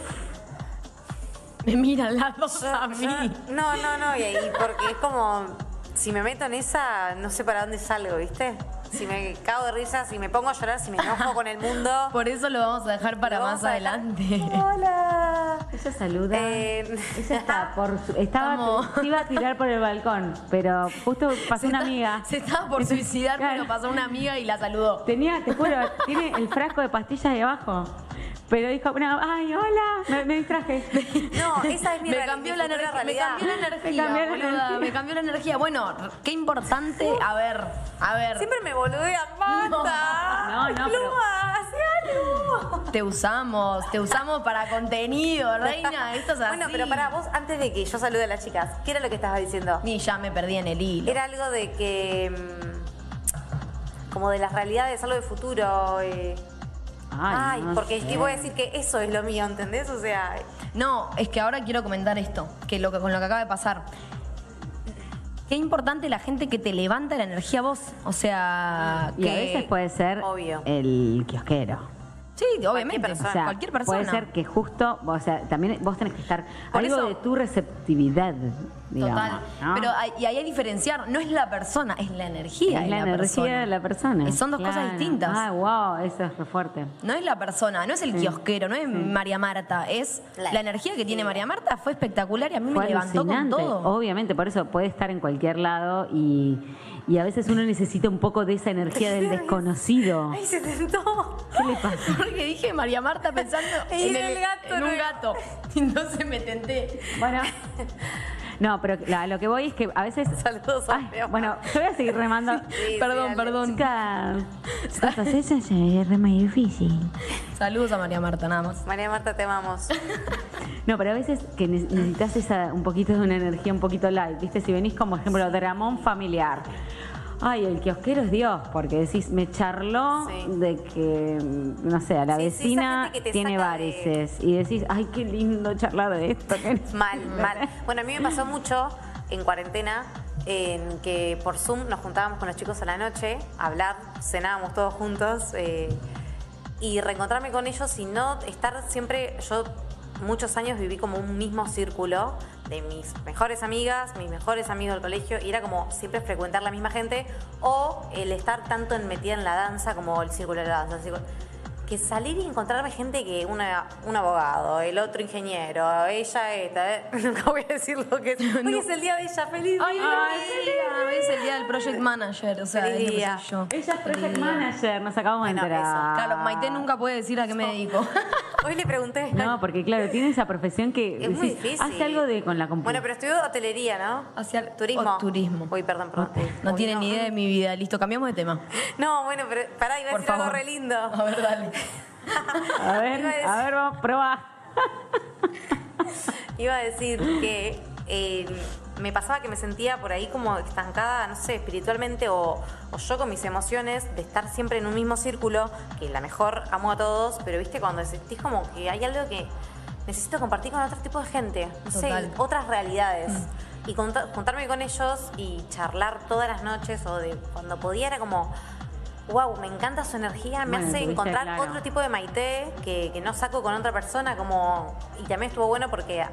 Speaker 1: Me miran las dos <laughs> a mí.
Speaker 2: No, no, no, y ahí porque es como, si me meto en esa, no sé para dónde salgo, ¿viste? Si me cago de risa, si me pongo a llorar, si me enojo con el mundo.
Speaker 1: <laughs> Por eso lo vamos a dejar para
Speaker 2: lo
Speaker 1: más
Speaker 2: vamos a dejar-
Speaker 1: adelante.
Speaker 2: Hola.
Speaker 3: ella saluda.
Speaker 2: Eh,
Speaker 3: Ella está por su-
Speaker 1: <laughs>
Speaker 3: estaba
Speaker 1: Estamos-
Speaker 3: se iba a tirar por el balcón, pero justo pasó una amiga.
Speaker 1: Se estaba por suicidar,
Speaker 3: Claro.
Speaker 1: pero pasó una amiga y la saludó.
Speaker 3: Tenía, te juro, <laughs> tiene el frasco de pastillas de abajo. Pero dijo, "No, ay, hola, me, me distraje.
Speaker 2: No, esa es mi
Speaker 1: Me
Speaker 2: reali-
Speaker 1: cambió,
Speaker 2: mi
Speaker 1: la
Speaker 2: futura
Speaker 1: energía, me
Speaker 2: realidad.
Speaker 1: cambió la energía,
Speaker 3: cambió la
Speaker 1: boluda,
Speaker 3: energía.
Speaker 1: me cambió la energía. Bueno, qué importante. A ver, a ver.
Speaker 2: Siempre me boludean, basta.
Speaker 3: No, no, pero-
Speaker 2: Pluma, hacé algo.
Speaker 1: Te usamos, te usamos para contenido, reina. Esto es así.
Speaker 2: Bueno, pero para vos, antes de que yo salude a las chicas, ¿qué era lo que estabas diciendo?
Speaker 1: Ni ya me perdí en el hilo.
Speaker 2: Era algo de que. mm, Como de las realidades, algo de futuro. eh. Ay,
Speaker 3: no
Speaker 2: porque es
Speaker 3: sé.
Speaker 2: que voy a decir que eso es lo mío, ¿entendés? O sea,
Speaker 1: No, es que ahora quiero comentar esto, que lo que con lo que acaba de pasar. Qué importante la gente que te levanta la energía a vos. O sea,
Speaker 3: Y
Speaker 1: que
Speaker 3: a veces puede ser
Speaker 2: Obvio.
Speaker 3: el kiosquero.
Speaker 1: Sí, obviamente.
Speaker 2: persona.
Speaker 1: O sea, cualquier persona.
Speaker 3: Puede ser que justo, o sea, también vos tenés que estar
Speaker 1: Por
Speaker 3: algo
Speaker 1: eso-
Speaker 3: de tu receptividad, digamos.
Speaker 1: Total.
Speaker 3: ¿no?
Speaker 1: Pero hay- y ahí hay que diferenciar, no es la persona, es la energía.
Speaker 3: es
Speaker 1: de
Speaker 3: la energía
Speaker 1: persona.
Speaker 3: de la persona.
Speaker 1: Y son dos cosas
Speaker 3: claro.
Speaker 1: distintas.
Speaker 3: Ah, wow, eso es re fuerte.
Speaker 1: No es la persona, no es el kiosquero, no es María Marta, es
Speaker 2: La-
Speaker 1: la, energía que tiene María Marta fue espectacular y a mí
Speaker 3: Fue
Speaker 1: me levantó con
Speaker 3: alucinante, Oh.
Speaker 1: todo.
Speaker 3: Obviamente, por eso puede estar en cualquier lado y, y a veces uno necesita un poco de esa energía del desconocido.
Speaker 2: ay, se sentó. <laughs>
Speaker 3: ¿Qué le pasa?
Speaker 1: <laughs> Porque dije María Marta pensando
Speaker 2: Y
Speaker 1: en,
Speaker 2: era
Speaker 1: el-
Speaker 2: el gato,
Speaker 1: en
Speaker 2: ¿no?
Speaker 1: un gato. <laughs> Y Entonces me tenté.
Speaker 3: Bueno. No, pero la- lo que voy es que a veces.
Speaker 2: Saludos a
Speaker 3: Ay,
Speaker 2: Leo.
Speaker 3: bueno, yo voy a seguir remando.
Speaker 2: Sí,
Speaker 1: perdón,
Speaker 2: dale.
Speaker 1: perdón.
Speaker 3: Chicas, chicas, eso ya es re más difícil.
Speaker 1: Saludos a María Marta, nada más.
Speaker 2: María Marta, te amamos.
Speaker 3: No, pero a veces que ne- necesitas esa, un poquito de una energía un poquito light, ¿viste? Si venís como ejemplo dramón familiar. Ay, el kiosquero es Dios, porque decís, me charló
Speaker 2: Sí.
Speaker 3: de que, mm, no sé, a la
Speaker 2: Sí, sí, esa
Speaker 3: vecina
Speaker 2: gente que te
Speaker 3: tiene
Speaker 2: saca de-
Speaker 3: varices. Y decís, ay, qué lindo charlar de esto. que no-
Speaker 2: Mal,
Speaker 3: <laughs>
Speaker 2: mal. Bueno, a mí me pasó mucho en cuarentena en que por Zoom nos juntábamos con los chicos a la noche a hablar, cenábamos todos juntos eh, y reencontrarme con ellos y no estar siempre, yo muchos años viví como un mismo círculo de mis mejores amigas, mis mejores amigos del colegio y era como siempre frecuentar la misma gente o el estar tanto en metida en la danza como el círculo de la danza. el círculo- que salir y encontrarme gente que una, un abogado, el otro ingeniero, ella esta, eh, <laughs> nunca voy a decir lo que es. Hoy es el día de ella, feliz día.
Speaker 1: Ay, es el día del project manager, o sea,
Speaker 2: Feliz
Speaker 1: es lo que
Speaker 2: día.
Speaker 1: soy yo.
Speaker 3: Ella es project manager, nos acabamos
Speaker 2: Bueno,
Speaker 3: de enterar.
Speaker 1: Claro, Maite nunca puede decir a qué me dedico. <laughs>
Speaker 2: Hoy le pregunté.
Speaker 3: No, porque claro, tiene esa profesión que
Speaker 2: es muy
Speaker 3: decís,
Speaker 2: difícil.
Speaker 3: hace algo de con la
Speaker 2: Bueno,
Speaker 3: computadora.
Speaker 2: pero estudió hotelería, ¿no?
Speaker 1: Hacia-
Speaker 2: turismo.
Speaker 1: o turismo.
Speaker 2: Uy, perdón, perdón.
Speaker 1: No
Speaker 2: Uy,
Speaker 1: tiene ni idea de mi vida. Listo, cambiamos de tema.
Speaker 2: <laughs> No, bueno, pero pará, iba a
Speaker 1: Por
Speaker 2: decir algo
Speaker 1: favor.
Speaker 2: re lindo.
Speaker 1: A ver, dale.
Speaker 3: a ver,
Speaker 2: iba a decir-
Speaker 3: a ver, vamos, probá.
Speaker 2: Iba a decir que eh, me pasaba que me sentía por ahí como estancada, no sé, espiritualmente o, o yo con mis emociones, de estar siempre en un mismo círculo, que la mejor amo a todos, pero viste, cuando sentís como que hay algo que necesito compartir con otro tipo de gente, no sé,
Speaker 1: Total.
Speaker 2: otras realidades.
Speaker 3: Mm.
Speaker 2: Y conta- juntarme con ellos y charlar todas las noches o de cuando podía era como, wow, me encanta su energía, me
Speaker 3: Bueno,
Speaker 2: hace
Speaker 3: tuviste
Speaker 2: encontrar
Speaker 3: claro.
Speaker 2: otro tipo tipo de maite que, que no saco con otra persona, como. Y también estuvo bueno porque a-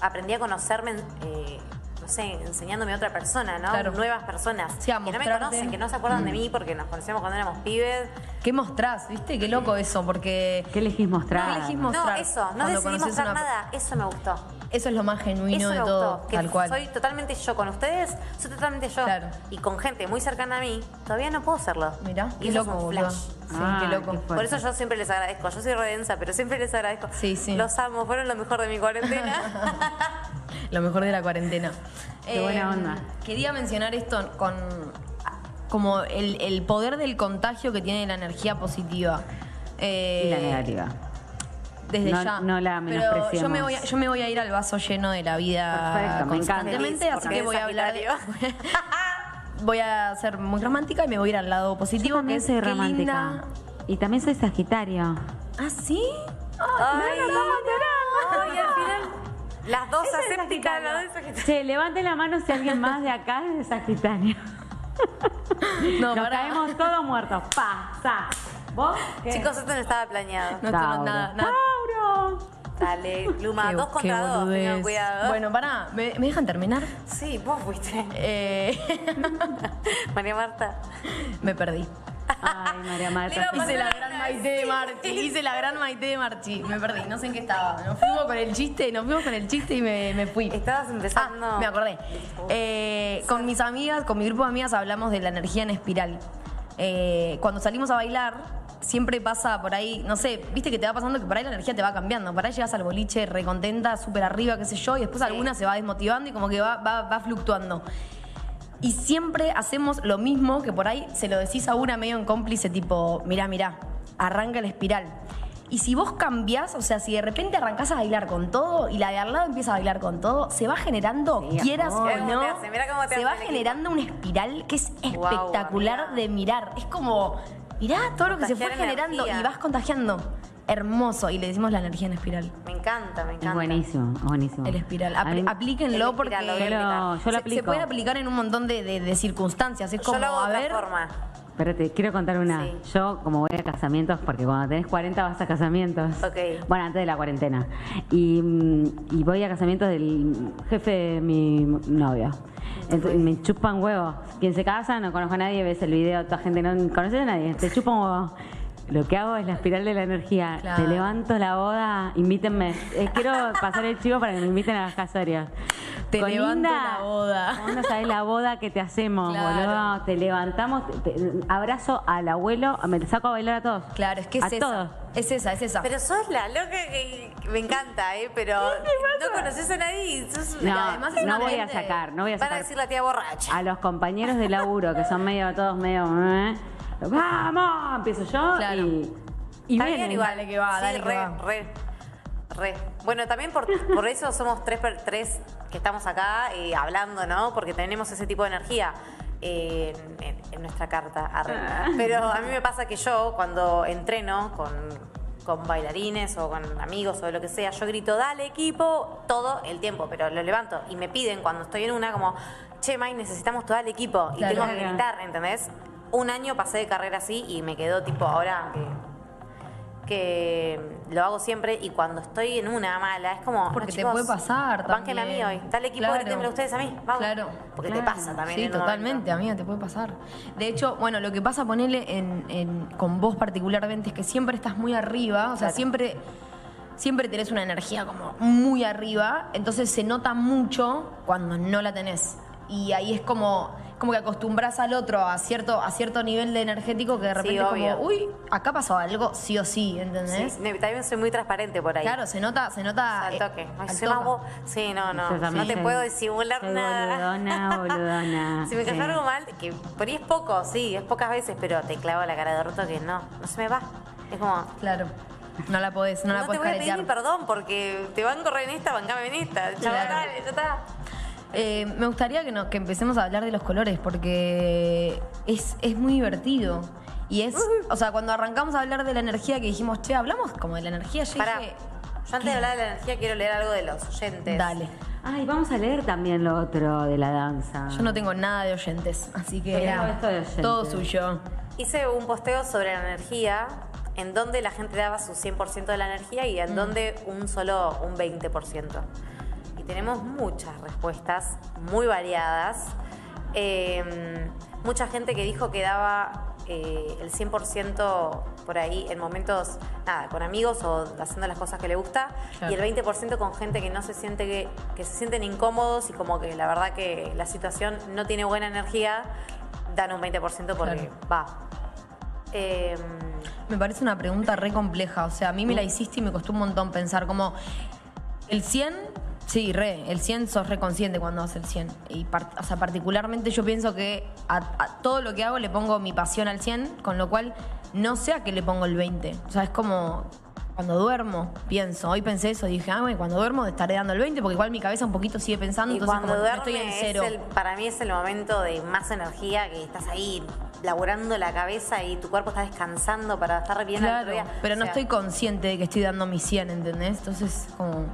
Speaker 2: aprendí a conocerme, eh, no sé, enseñándome a otra persona, ¿no?
Speaker 1: Claro.
Speaker 2: Nuevas personas.
Speaker 1: Sí, a
Speaker 2: que no me
Speaker 1: mostrarte.
Speaker 2: conocen, que no se acuerdan de mí porque nos conocemos cuando éramos pibes.
Speaker 1: ¿Qué mostrás? ¿Viste? Qué loco eso, porque
Speaker 3: ¿Qué elegís mostrar?
Speaker 1: No elegís
Speaker 2: No,
Speaker 1: Mostrar.
Speaker 2: eso, no
Speaker 1: Cuando
Speaker 2: decidí
Speaker 1: conoces
Speaker 2: mostrar
Speaker 1: una-
Speaker 2: nada, eso me gustó.
Speaker 1: eso es lo más genuino
Speaker 2: Eso
Speaker 1: de
Speaker 2: me
Speaker 1: todo,
Speaker 2: gustó. Que
Speaker 1: tal cual.
Speaker 2: soy totalmente yo con ustedes, soy totalmente yo.
Speaker 1: Claro.
Speaker 2: Y con gente muy cercana a mí, todavía no puedo serlo.
Speaker 1: Mirá,
Speaker 2: y
Speaker 1: qué
Speaker 2: eso
Speaker 1: loco,
Speaker 2: es un
Speaker 1: boluda.
Speaker 2: flash.
Speaker 1: Sí,
Speaker 3: Ah,
Speaker 1: qué loco.
Speaker 3: qué
Speaker 2: Por eso
Speaker 3: fuerte.
Speaker 2: yo siempre les agradezco. Yo soy redensa, pero siempre les agradezco.
Speaker 1: Sí, sí.
Speaker 2: Los amo, fueron lo mejor de mi cuarentena.
Speaker 1: <laughs> Lo mejor de la cuarentena. Eh,
Speaker 3: Qué buena onda.
Speaker 1: Quería mencionar esto con como el, el poder del contagio que tiene la energía positiva. Eh,
Speaker 3: Y la negativa.
Speaker 1: Desde
Speaker 3: No-
Speaker 1: ya.
Speaker 3: no la
Speaker 1: Pero yo
Speaker 3: menospreciemos.
Speaker 1: me, voy a, yo me voy a ir al vaso lleno de la vida
Speaker 3: Perfecto, me encanta.
Speaker 1: constantemente, así
Speaker 2: Feliz, porque
Speaker 1: que
Speaker 2: eres
Speaker 1: voy a hablar. de-
Speaker 2: Sagitario.
Speaker 1: <laughs> voy a ser muy romántica y me voy a ir al lado positivo,
Speaker 3: Yo también
Speaker 1: que es
Speaker 3: soy
Speaker 1: qué
Speaker 3: romántica.
Speaker 1: linda.
Speaker 3: Y también soy sagitario.
Speaker 1: ¿Ah, sí?
Speaker 2: Ay, no, no, Y al final,
Speaker 3: <laughs>
Speaker 2: las dos asépticas, las dos asépticas.
Speaker 3: Che, levanten la mano si alguien más de acá es de Sagitario.
Speaker 1: <laughs> No,
Speaker 3: Nos
Speaker 1: pará.
Speaker 3: caemos todos muertos. Pasa. ¿Vos? ¿Qué?
Speaker 2: Chicos, esto no estaba planeado.
Speaker 1: No, esto no, nada, nada.
Speaker 3: Tauro.
Speaker 1: <laughs>
Speaker 2: Dale, Luma,
Speaker 1: Qué-
Speaker 2: dos
Speaker 1: qué
Speaker 2: contra dos,
Speaker 1: boludez.
Speaker 2: tengan cuidado.
Speaker 1: Bueno, pará, ¿me, me dejan terminar?
Speaker 2: Sí, vos fuiste. <laughs>
Speaker 1: Eh, <laughs>
Speaker 2: María Marta.
Speaker 1: me perdí.
Speaker 3: Ay, María
Speaker 2: Le iba
Speaker 3: Marta.
Speaker 2: a pasar-
Speaker 1: Hice la gran Maite de
Speaker 2: <laughs>
Speaker 1: Marchi, hice la gran Maite de Marchi, me perdí, no sé en qué estaba. Nos fuimos con el chiste, nos fuimos con el chiste y me, me fui.
Speaker 2: Estabas
Speaker 1: Ah,
Speaker 2: empezando.
Speaker 1: me acordé. Eh, con mis amigas, con mi grupo de amigas hablamos de la energía en espiral. Eh, cuando salimos a bailar, siempre pasa por ahí, no sé, viste que te va pasando que por ahí la energía te va cambiando. Por ahí llegas al boliche recontenta, súper arriba, qué sé yo, y después alguna se va desmotivando y como que va, va, va fluctuando. Y siempre hacemos lo mismo que por ahí se lo decís a una medio en cómplice, tipo, mirá, mirá, arranca la espiral. Y si vos cambiás, o sea, si de repente arrancás a bailar con todo y la de al lado empieza a bailar con todo, se va generando,
Speaker 3: Sí,
Speaker 1: quieras
Speaker 3: amor.
Speaker 2: Mirá
Speaker 1: o
Speaker 2: cómo
Speaker 1: no,
Speaker 2: te hace, mirá cómo te
Speaker 1: se
Speaker 2: hace
Speaker 1: va
Speaker 2: el equipo.
Speaker 1: generando una espiral que es espectacular
Speaker 2: amiga.
Speaker 1: de mirar. Es como, mirá todo lo que se fue
Speaker 2: Contagiar
Speaker 1: generando
Speaker 2: energía.
Speaker 1: y vas contagiando. Hermoso. Y le decimos la energía en espiral.
Speaker 2: Me encanta, me
Speaker 3: Es
Speaker 2: encanta.
Speaker 3: buenísimo, es buenísimo.
Speaker 1: El espiral.
Speaker 3: A mí-
Speaker 1: Apl- aplíquenlo
Speaker 2: El
Speaker 1: porque
Speaker 2: espiral, lo voy a
Speaker 3: Ah. Yo lo, yo
Speaker 1: se,
Speaker 3: lo
Speaker 1: se
Speaker 3: aplico.
Speaker 1: puede aplicar en un montón de, de- de circunstancias. Es como,
Speaker 2: Yo lo hago de
Speaker 1: a
Speaker 2: otra
Speaker 1: ver,
Speaker 2: forma.
Speaker 3: Espérate, quiero contar una.
Speaker 2: Sí.
Speaker 3: Yo, como voy a casamientos, porque cuando tenés 40 vas a casamientos.
Speaker 2: Ok.
Speaker 3: Bueno, antes de la cuarentena. Y, mm, y voy a casamientos del jefe de mi novio. Entonces, me chupan huevos. Quien se casa, no conozco a nadie, ves el video, toda gente, no conoces a nadie, te chupan huevos. Lo que hago es la espiral de la energía.
Speaker 1: Claro.
Speaker 3: Te levanto la boda, invítenme. Eh, quiero pasar el chivo para que me inviten a las casorias.
Speaker 1: Te
Speaker 3: Con
Speaker 1: levanto
Speaker 3: Inda,
Speaker 1: la boda.
Speaker 3: vos no sabés la boda que te hacemos,
Speaker 1: Claro.
Speaker 3: boludo. Te levantamos, te- te- abrazo al abuelo, me te saco a bailar a todos.
Speaker 1: Claro, es que es
Speaker 3: a
Speaker 1: esa.
Speaker 3: todos.
Speaker 1: Es esa, es esa.
Speaker 2: Pero sos la loca que que me encanta, ¿eh? Pero no conoces a nadie y sos
Speaker 3: No,
Speaker 1: además es
Speaker 3: no
Speaker 1: una
Speaker 3: voy a
Speaker 1: gente-
Speaker 3: sacar, no voy a
Speaker 2: Van a
Speaker 3: sacar.
Speaker 2: decir la tía borracha.
Speaker 3: A los compañeros de laburo, que son medio, todos medio, eh, ¡vamos! Empiezo yo
Speaker 1: Claro.
Speaker 3: y, y
Speaker 2: Está
Speaker 3: vienen.
Speaker 2: bien igual.
Speaker 1: Dale que va,
Speaker 2: Sí,
Speaker 1: dale que
Speaker 2: re,
Speaker 1: va.
Speaker 2: re, re. Bueno, también por, por eso somos tres, per- tres que estamos acá eh, hablando, ¿no? Porque tenemos ese tipo de energía eh, en, en- en nuestra carta. arre.
Speaker 1: Ah.
Speaker 2: Pero a mí me pasa que yo, cuando entreno con, con bailarines o con amigos o lo que sea, yo grito, dale equipo, todo el tiempo, pero lo levanto. Y me piden cuando estoy en una como, che, May, necesitamos todo el equipo. Y
Speaker 1: Claro.
Speaker 2: tengo que gritar, ¿entendés? Un año pasé de carrera así y me quedó tipo ahora que que lo hago siempre y cuando estoy en una mala es como
Speaker 1: Porque
Speaker 2: "Ah,
Speaker 1: te
Speaker 2: chicos,
Speaker 1: puede pasar
Speaker 2: banquen a mí
Speaker 1: también".
Speaker 2: hoy dale equipo
Speaker 1: Claro.
Speaker 2: grítenmelo ustedes a mí vamos
Speaker 1: Claro.
Speaker 2: porque te
Speaker 3: Claro.
Speaker 2: pasa también
Speaker 1: Sí,
Speaker 2: en un
Speaker 1: totalmente,
Speaker 2: momento.
Speaker 1: amiga, te puede pasar. De hecho, bueno, lo que pasa, ponele en, en- con vos particularmente, es que siempre estás muy arriba, o sea,
Speaker 2: Claro.
Speaker 1: siempre, siempre tenés una energía como muy arriba, entonces se nota mucho cuando no la tenés. Y ahí es como, como que acostumbras al otro a cierto, a cierto nivel de energético que de
Speaker 2: Sí,
Speaker 1: repente es
Speaker 2: obvio.
Speaker 1: como, uy, acá pasó algo, sí o sí, ¿entendés?
Speaker 2: Sí, también soy muy transparente por ahí
Speaker 1: Claro, se nota, se nota.
Speaker 2: al
Speaker 1: eh,
Speaker 2: toque Ay,
Speaker 1: al
Speaker 2: soy más
Speaker 1: toque.
Speaker 2: bo- sí no no
Speaker 3: Yo
Speaker 2: no
Speaker 3: también
Speaker 2: te
Speaker 3: soy-
Speaker 2: puedo disimular
Speaker 3: soy
Speaker 2: nada <laughs>
Speaker 3: Boludona, boludona.
Speaker 2: si me
Speaker 3: Sí.
Speaker 2: cayó algo mal que por ahí es poco sí es pocas veces pero te clavo la cara de orto que no no se me va es como
Speaker 1: Claro. No la podés, no, la
Speaker 2: no te
Speaker 1: podés
Speaker 2: voy a pedir
Speaker 1: caretear.
Speaker 2: ni perdón porque te van a correr en esta bancame en esta chaval
Speaker 1: Claro.
Speaker 2: dale ya está
Speaker 1: Eh, me gustaría que, no- que empecemos a hablar de los colores porque es, es muy divertido. Y es, o sea, cuando arrancamos a hablar de la energía que dijimos, che, hablamos como de la energía, yo
Speaker 2: Pará,
Speaker 1: dije,
Speaker 2: yo antes de hablar de la energía quiero leer algo de los oyentes.
Speaker 1: dale.
Speaker 3: Ay, vamos a leer también lo otro de la danza.
Speaker 1: Yo no tengo nada de oyentes, así que
Speaker 3: Tengo
Speaker 1: era
Speaker 3: esto de oyentes.
Speaker 1: todo suyo.
Speaker 2: Hice un posteo sobre la energía, en donde la gente daba su 100% de la energía y en donde un solo un 20%. Y tenemos muchas respuestas, muy variadas. Eh, mucha gente que dijo que daba eh, el 100% por ahí en momentos, nada, con amigos o haciendo las cosas que le gusta,
Speaker 1: Claro.
Speaker 2: y el 20% con gente que no se siente, que, que se sienten incómodos y como que la verdad que la situación no tiene buena energía, dan un 20% porque
Speaker 1: Claro.
Speaker 2: va. Em,
Speaker 1: Me parece una pregunta re compleja. O sea, a mí me la hiciste y me costó un montón pensar. Como, el 100, sí, re. El 100 sos re consciente cuando haces el 100. Y par- o sea, particularmente yo pienso que a, a todo lo que hago le pongo mi pasión al 100, con lo cual no sé a qué le pongo el 20. O sea, es como. Cuando duermo, pienso. Hoy pensé eso, dije, ah, bueno, cuando duermo estaré dando el 20, porque igual mi cabeza un poquito sigue pensando,
Speaker 2: Y
Speaker 1: entonces
Speaker 2: cuando
Speaker 1: como no
Speaker 2: duerme
Speaker 1: estoy en
Speaker 2: es
Speaker 1: cero.
Speaker 2: el- para mí es el momento de más energía, que estás ahí laburando la cabeza y tu cuerpo está descansando para estar bien al
Speaker 1: Claro,
Speaker 2: otro día.
Speaker 1: pero
Speaker 2: O
Speaker 1: no
Speaker 2: sea,
Speaker 1: estoy consciente de que estoy dando mi 100, ¿entendés? Entonces, como.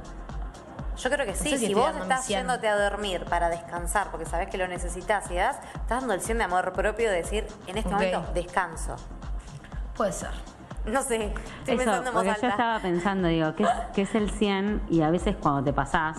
Speaker 2: Yo creo que sí,
Speaker 1: sé si
Speaker 2: si,
Speaker 1: estoy
Speaker 2: vos
Speaker 1: dando mi
Speaker 2: estás
Speaker 1: 100.
Speaker 2: yéndote a dormir para descansar, porque sabés que lo necesitas y das, estás dando el 100 de amor propio de decir, en este
Speaker 1: Ok.
Speaker 2: momento descanso.
Speaker 1: Puede ser.
Speaker 2: No sé, estoy
Speaker 3: Eso,
Speaker 2: pensando en voz
Speaker 3: porque
Speaker 2: alta.
Speaker 3: yo estaba pensando, digo, ¿qué es, qué es el 100? Y a veces cuando te pasás,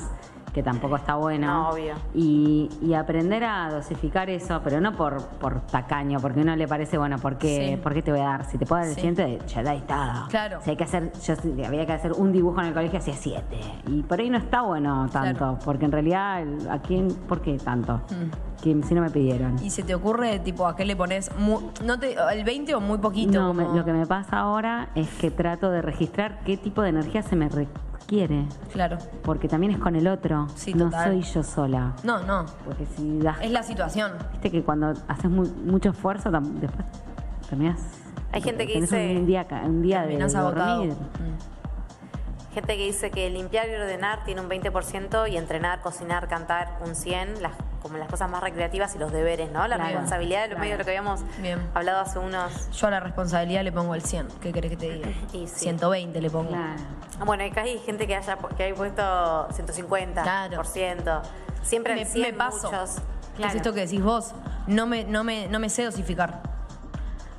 Speaker 3: que tampoco está bueno.
Speaker 2: No, obvio.
Speaker 3: Y, y aprender a dosificar eso, pero no por, por tacaño, porque a uno le parece, bueno, ¿por qué,
Speaker 1: Sí.
Speaker 3: ¿por qué te voy a dar? Si te puedo dar el
Speaker 1: Sí.
Speaker 3: 100, te- ya da y está.
Speaker 1: Claro.
Speaker 3: Si hay que hacer, yo si- había que hacer un dibujo en el colegio, hacía 7. Y por ahí no está bueno tanto,
Speaker 1: Claro.
Speaker 3: porque en realidad, el- ¿a quién, por qué tanto?
Speaker 2: Mm.
Speaker 3: Que si no me pidieron.
Speaker 1: ¿Y se te ocurre, tipo, a qué le pones mu- no te, el 20 o muy poquito?
Speaker 3: No, me-
Speaker 1: como-
Speaker 3: lo que me pasa ahora es que trato de registrar qué tipo de energía se me requiere.
Speaker 1: Claro.
Speaker 3: Porque también es con el otro.
Speaker 1: Sí,
Speaker 3: no
Speaker 1: total.
Speaker 3: soy yo sola.
Speaker 1: No, no.
Speaker 3: Porque si das.
Speaker 1: Es la situación.
Speaker 3: Viste que cuando haces mu- mucho esfuerzo, tam- después terminas.
Speaker 2: Hay gente que dice-
Speaker 3: Un día, ca- un día de
Speaker 1: Terminás agotado.
Speaker 3: dormir.
Speaker 1: Mm.
Speaker 2: Gente que dice que limpiar y ordenar tiene un 20% y entrenar, cocinar, cantar un 100%, las, como las cosas más recreativas y los deberes, ¿no? La
Speaker 3: Claro,
Speaker 2: responsabilidad de lo
Speaker 3: claro.
Speaker 2: medio de lo que habíamos
Speaker 1: Bien.
Speaker 2: hablado hace unos...
Speaker 1: Yo a la responsabilidad le pongo el 100. ¿Qué querés que te
Speaker 3: <laughs>
Speaker 1: diga?
Speaker 2: Y sí.
Speaker 1: 120 le pongo.
Speaker 3: Claro.
Speaker 2: Bueno, acá hay gente que haya que haya puesto 150%.
Speaker 1: Claro.
Speaker 2: Siempre
Speaker 1: Me,
Speaker 2: al 100
Speaker 1: me paso.
Speaker 2: muchos.
Speaker 1: ¿Qué es esto que decís vos? No me, no me, no me sé dosificar.